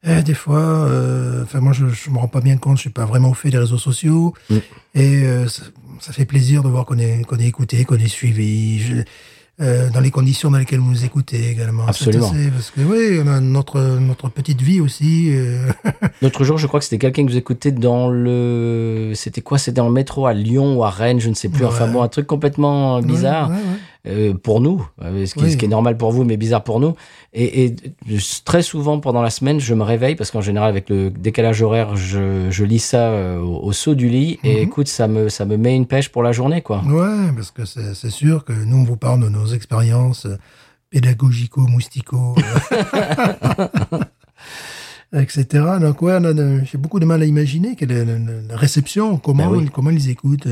Eh, des fois, euh, enfin moi je, je me rends pas bien compte, je suis pas vraiment au fait des réseaux sociaux
Mm.
et euh, ça, ça fait plaisir de voir qu'on est qu'on est écouté, qu'on est suivi, je- euh, dans les conditions dans lesquelles vous nous écoutez également. C'est
Absolument.
assez- parce que oui, on a notre notre petite vie aussi. euh,
L'autre jour, je crois que c'était quelqu'un que vous écoutez dans le. C'était quoi C'était dans le métro à Lyon ou à Rennes, je ne sais plus. Enfin
Ouais.
bon, un truc complètement bizarre.
ouais, ouais, ouais.
euh, pour nous, euh, ce qui,
Oui.
ce qui est normal pour vous, mais bizarre pour nous. Et, et, euh, très souvent pendant la semaine, je me réveille parce qu'en général, avec le décalage horaire, je, je lis ça euh, au, au saut du lit. Et
Mhm.
écoute, ça me, ça me met une pêche pour la journée, quoi.
Ouais, parce que c'est c'est sûr que nous, on vous parle de nos expériences euh, pédagogico-moustico, [LAUGHS] euh, etc. Donc, ouais, on a de- j'ai beaucoup de mal à imaginer quelle est la, la- la réception, comment,
Ben oui.
comment ils écoutent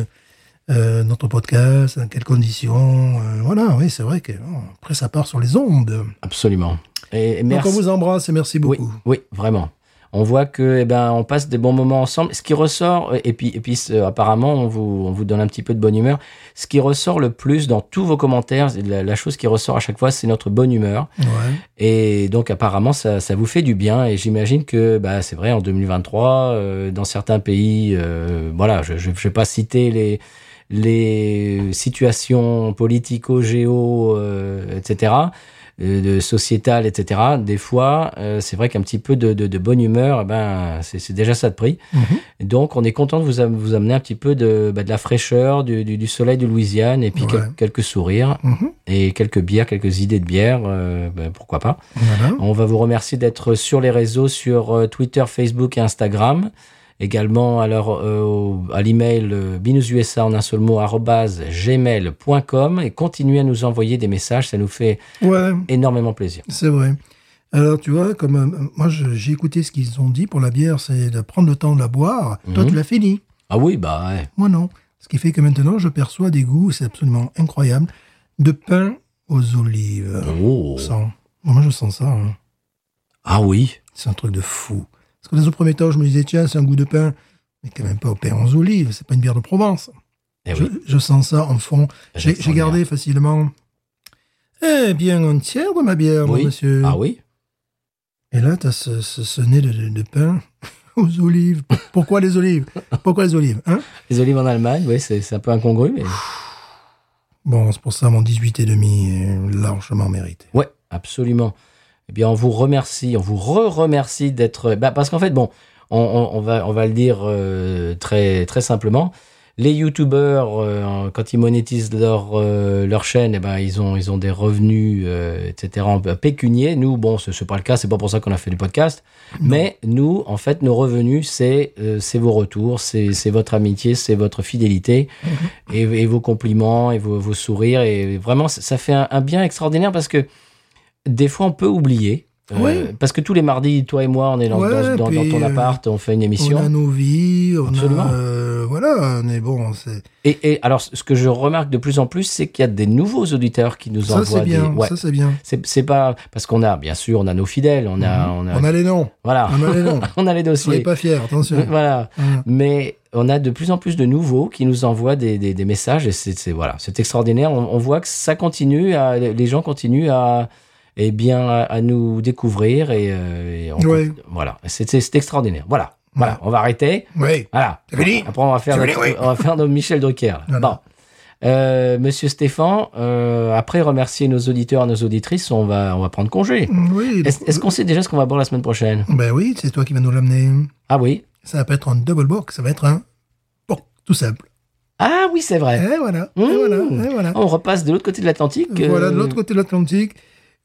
euh, notre podcast, dans quelles conditions. euh, voilà, oui, c'est vrai que bon, après, ça part sur les ondes.
Absolument. Et, et merci.
Donc, on vous embrasse et merci
oui,
beaucoup.
oui, vraiment. On voit que, eh ben, on passe des bons moments ensemble. Ce qui ressort, et puis, et puis, euh, apparemment, on vous, on vous donne un petit peu de bonne humeur. Ce qui ressort le plus dans tous vos commentaires, la, la chose qui ressort à chaque fois, c'est notre bonne humeur. [LAUGHS]
Ouais.
Et donc apparemment ça, ça vous fait du bien et j'imagine que bah, c'est vrai en 2023 euh, dans certains pays euh, voilà je je je vais pas citer les les situations politico géo euh, etc euh, de sociétales etc des fois euh, c'est vrai qu'un petit peu de, de, de bonne humeur eh ben c'est c'est déjà ça de prix
Mhm.
donc on est content de vous, am- vous amener un petit peu de, bah, de la fraîcheur du, du, du soleil de Louisiane et puis
Ouais.
quel- quelques sourires
Mhm.
et quelques bières quelques idées de bières euh, ben, pourquoi pas
Voilà.
on va vous remercier d'être sur les réseaux, sur euh, Twitter, Facebook et Instagram. Également, alors, euh, au- à l'email euh, binoususa en un seul mot, arobase gmail.com et continuez à nous envoyer des messages, ça nous fait
Ouais.
énormément plaisir.
C'est vrai. Alors, tu vois, comme euh, moi, je- j'ai écouté ce qu'ils ont dit pour la bière, c'est de prendre le temps de la boire. Toi,
Mhm.
tu l'as fini.
Ah oui, bah ouais.
Moi, non. Ce qui fait que maintenant, je perçois des goûts, c'est absolument incroyable, de pain aux olives.
Oh.
Je sens. Moi, je sens ça. hein.
Ah oui.
C'est un truc de fou. Parce que dans un premier temps, je me disais, tiens, c'est un goût de pain. Mais quand même pas au pain aux olives, c'est pas une bière de Provence.
Eh
je,
oui.
je sens ça en fond. J'ai j'ai gardé facilement. Eh bien, un tiers de ma bière, mon
Oui.
monsieur.
Ah oui.
Et là, tu as ce, ce, ce nez de, de- de pain [LAUGHS] aux olives. Pourquoi les olives Pourquoi les olives hein
Les olives en Allemagne, oui, c'est c'est un peu incongru, mais.
Bon, c'est pour ça mon 18 et demi est largement mérité.
Ouais, absolument. Eh bien, on vous remercie, on vous re-remercie d'être. bah, parce qu'en fait, bon, on, on- on va, on va le dire euh, très, très simplement. Les youtubeurs, euh, quand ils monétisent leur, euh, leur chaîne, eh ben, ils, ont, ils ont des revenus, euh, etc., un peu pécuniers. Nous, bon, ce n'est pas le cas, c'est pas pour ça qu'on a fait du podcast. Mais nous, en fait, nos revenus, c'est euh, c'est vos retours, c'est c'est votre amitié, c'est votre fidélité
Mhm.
et, et vos compliments et vos, vos sourires. Et vraiment, ça- ça fait un, un bien extraordinaire parce que des fois, on peut oublier. Euh,
Oui.
Parce que tous les mardis, toi et moi, on est dans,
Ouais,
dans- dans- dans
puis,
ton
euh,
appart, on fait une
On
émission.
a nos vies, on
Absolument.
a... euh, voilà, mais bon, c'est...
Et, et alors, ce que je remarque de plus en plus, c'est qu'il y a des nouveaux auditeurs qui nous
Ça,
envoient
c'est bien,
des. Ouais.
ça, c'est bien. Mmh.
C'est c'est pas parce qu'on a, bien sûr, on a nos fidèles, on a, on a,
Mhm.
Ah.
On a les noms,
voilà,
on a les noms.
[LAUGHS] on a les
Soyez
dossiers,
pas fiers, attention.
[LAUGHS] voilà.
Hein.
Mais on a de plus en plus de nouveaux qui nous envoient des, des, des messages et c'est c'est- voilà, c'est extraordinaire. On, on voit que ça continue, à, les gens continuent à eh bien à, à nous découvrir et, euh, et on
Ouais.
continue. voilà, c'est c'est- c'est extraordinaire. Voilà, voilà, on va arrêter.
Oui,
Voilà.
C'est fini
Après on va faire
C'est
notre,
fini, oui.
on va faire notre Michel Drucker. là.
Voilà.
Bon. Euh, Monsieur Stéphane, euh, après remercier nos auditeurs et nos auditrices, on va on va prendre congé.
Mmh, oui.
Est-ce est-ce qu'on sait déjà ce qu'on va boire la semaine prochaine
Ben oui, c'est toi qui vas nous l'amener.
Ah oui.
Ça va pas être un double box, ça va être un... Bon, tout simple.
Ah oui, c'est vrai.
Et voilà,
Mmh.
et voilà, et voilà.
On repasse de l'autre côté de l'Atlantique.
Voilà,
euh,
de l'autre côté de l'Atlantique,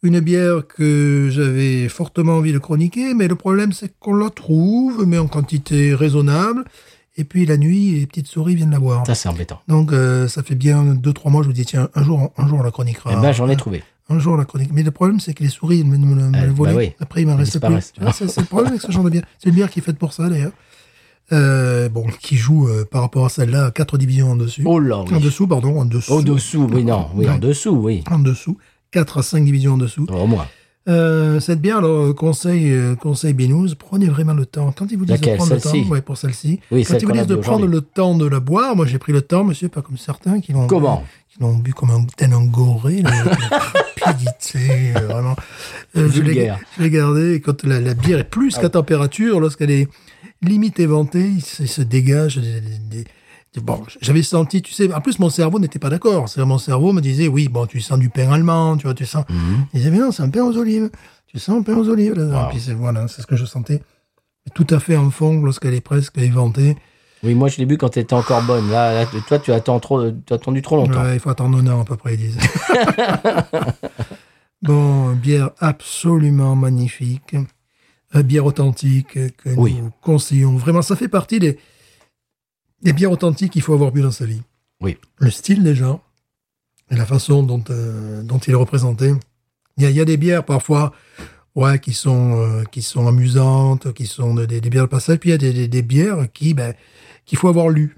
une bière que j'avais fortement envie de chroniquer, mais le problème c'est qu'on la trouve, mais en quantité raisonnable. Et puis la nuit, les petites souris viennent la boire.
Ça, c'est embêtant.
Donc euh, ça fait bien deux trois mois, je vous dis tiens, un jour, un jour on la chroniquera.
eh ben, j'en ai trouvé.
Un jour on la chronique. Mais le problème c'est que les souris elles me, me- me
bah
le volaient.
oui,
Après il m'en
elles
reste plus.
disparaissent.
Tu vois, C'est c'est le problème avec ce genre de bière. C'est une bière qui est faite pour ça d'ailleurs. Euh, bon, qui joue euh, par rapport à celle-là, quatre divisions en dessus.
Oh là,
En
oui. Oh,
dessous, pardon, en dessous.
Au-dessous, oui, non, oui,
Ouais
en dessous, oui.
en dessous, 4 à 5 divisions en dessous.
Au moins.
Euh, cette bière, alors, euh, conseil, euh, conseil Binous, prenez vraiment le temps. Quand ils vous disent
Laquelle,
de prendre le temps,
celle-ci
ouais, pour celle-ci.
Oui,
quand
celle
ils vous
qu'on a
disent de
bu
prendre
aujourd'hui.
le temps de la boire, moi j'ai pris le temps, monsieur, pas comme certains qui l'ont
Comment
qui l'ont bu comme un tel engoré, là, avec
[LAUGHS]
une rapidité, euh, vraiment. Euh, je l'ai-
Vulgaire. Ah
je l'ai gardé. et Quand la, la bière est plus qu'à température, lorsqu'elle est limite éventée, il se, il se dégage des- des- des- Bon, j'avais senti, tu sais, en plus mon cerveau n'était pas d'accord. C'est-à-dire, mon cerveau me disait, oui, bon, tu sens du pain allemand, tu vois, tu sens.
Mhm.
Il disait, mais non, c'est un pain aux olives. Tu sens un pain aux olives. là.
Wow.
Puis c'est- voilà, c'est ce que je sentais. Tout à fait en fond, lorsqu'elle est presque éventée.
Oui, moi je l'ai bu quand t'étais encore bonne. Là, là, toi, tu attends trop, tu as attendu trop longtemps.
Ouais, il faut attendre un an à peu près,
[LAUGHS]
ils disent. bon, bière absolument magnifique. Euh, bière authentique euh, que
Oui.
nous conseillons. Vraiment, ça fait partie des, des bières authentiques qu'il faut avoir bu dans sa vie.
Oui.
Le style déjà et la façon dont, euh, dont il est représenté. Il y a, il y a des bières parfois ouais, qui, sont, euh, qui sont amusantes, qui sont des, des- des bières de passage. Puis il y a des, des- des bières qui, ben, qu'il faut avoir lu.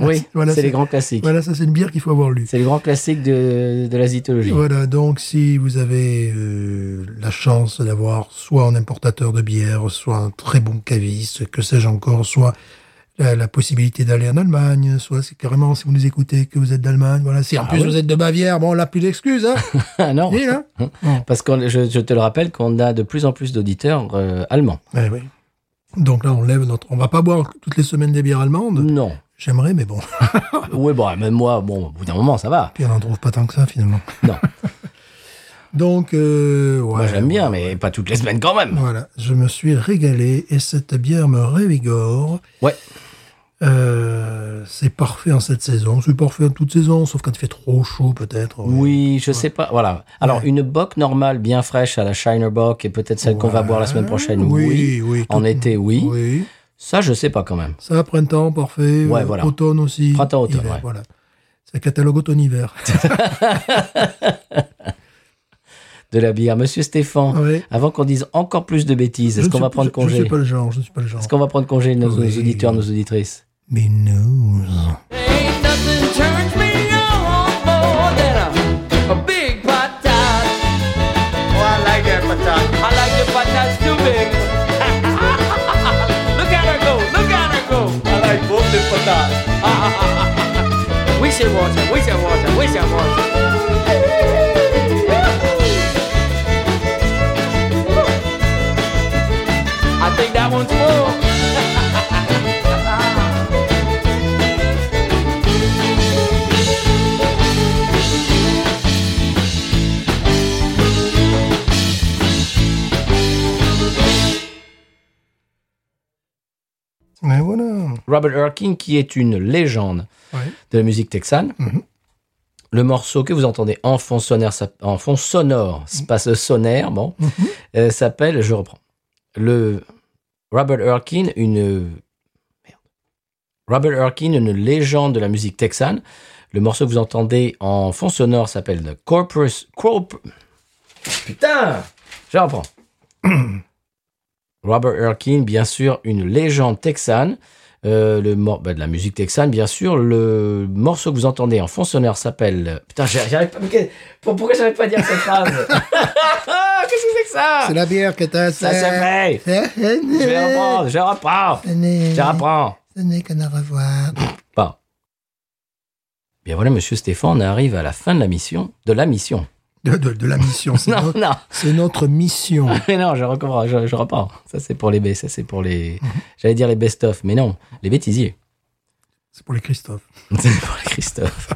Oui,
Voilà,
c'est
c'est-
les grands classiques.
Voilà, ça c'est une bière qu'il faut avoir lu.
C'est les grands classiques de, de la zytologie.
Voilà, donc si vous avez euh, la chance d'avoir soit un importateur de bière, soit un très bon caviste, que sais-je encore, soit la, la possibilité d'aller en Allemagne, soit c'est carrément si vous nous écoutez que vous êtes d'Allemagne, voilà, si en
Ah
plus
oui.
vous êtes de Bavière, bon là plus d'excuses, hein,
[LAUGHS] [LAUGHS] Ah non,
Il est là.
parce que je, je te le rappelle qu'on a de plus en plus d'auditeurs euh, allemands.
Eh oui. Donc là on lève notre, on va pas boire toutes les semaines des bières allemandes,
Non.
j'aimerais mais bon, [LAUGHS]
Oui, bon, même moi, bon, au bout d'un moment, ça va.
puis on n'en trouve pas tant que ça finalement.
Non.
Donc euh, ouais,
moi, j'aime bien, mais pas toutes les semaines quand même.
Voilà, je me suis régalé et cette bière me révigore.
Ouais.
Euh, c'est parfait en cette saison. C'est parfait en toute saison, sauf quand il fait trop chaud peut-être.
Oui, je sais pas. Voilà. Alors, une bock normale, bien fraîche à la Shiner Bock et peut-être celle qu'on va boire la semaine prochaine.
Oui, oui.
En
tout-
été, oui. Ça, je sais pas quand même.
Ça, printemps, parfait.
Ouais,
Euh,
voilà.
Automne aussi.
Printemps, automne,
Hiver,
ouais.
Voilà. C'est un catalogue
[LAUGHS]
automne-hiver.
De la bière. Monsieur Stéphane,
Ouais.
avant qu'on dise encore plus de bêtises,
Je ne
est-ce qu'on
suis-
va prendre
je- Je ne
congé
suis pas le genre, je ne suis pas le genre.
Est-ce qu'on va prendre congé nos, nos
Oui.
auditeurs, nos auditrices
Mais nous.
Ain't nothing turns me on more than a, a big patat. Oh, I like that patat. I like the patats too big. [LAUGHS] look at her go, look at her go. I like both the [LAUGHS] patats. we should watch her, we should watch her, we should watch her. I think that one's full.
Mais voilà.
Robert Irking, qui est une légende
Ouais.
[LAUGHS] de la musique texane.
Mhm.
Le morceau que vous entendez en fond sonore, s'app- en fond sonore, space sonnaire, bon, euh, s'appelle, je reprends, le Robert Irking, une merde. Robert Irking, une légende de la musique texane. Le morceau que vous entendez en fond sonore s'appelle The Corpus Corp- Putain, je reprends. [CLEARS THROAT] Robert Irking, bien sûr, une légende texane. Euh, le mor- bah, de la musique texane, bien sûr. Le morceau que vous entendez en fond sonore s'appelle. Putain, j'y- j'arrive pas. mais qu'est- pour- Pourquoi j'arrive pas à dire cette phrase
[LAUGHS]
Qu'est-ce que c'est que ça
C'est la bière que t'as.
Ça c'est vrai
[LAUGHS]
Je vais reprendre, je reprends, je reprends.
Ce n'est qu'un au revoir.
Bon. Bien voilà, monsieur Stéphane, on arrive à la fin de la mission. De la mission.
De, de- de la mission.
[LAUGHS]
C'est
Non,
notre,
non,
c'est notre mission.
mais non, je recommence, je, je reprends. Ça c'est pour les baies, ça c'est pour les. J'allais [LAUGHS] dire les best-of, mais non, les bêtisiers.
C'est pour les Christophe.
C'est pour Christophe.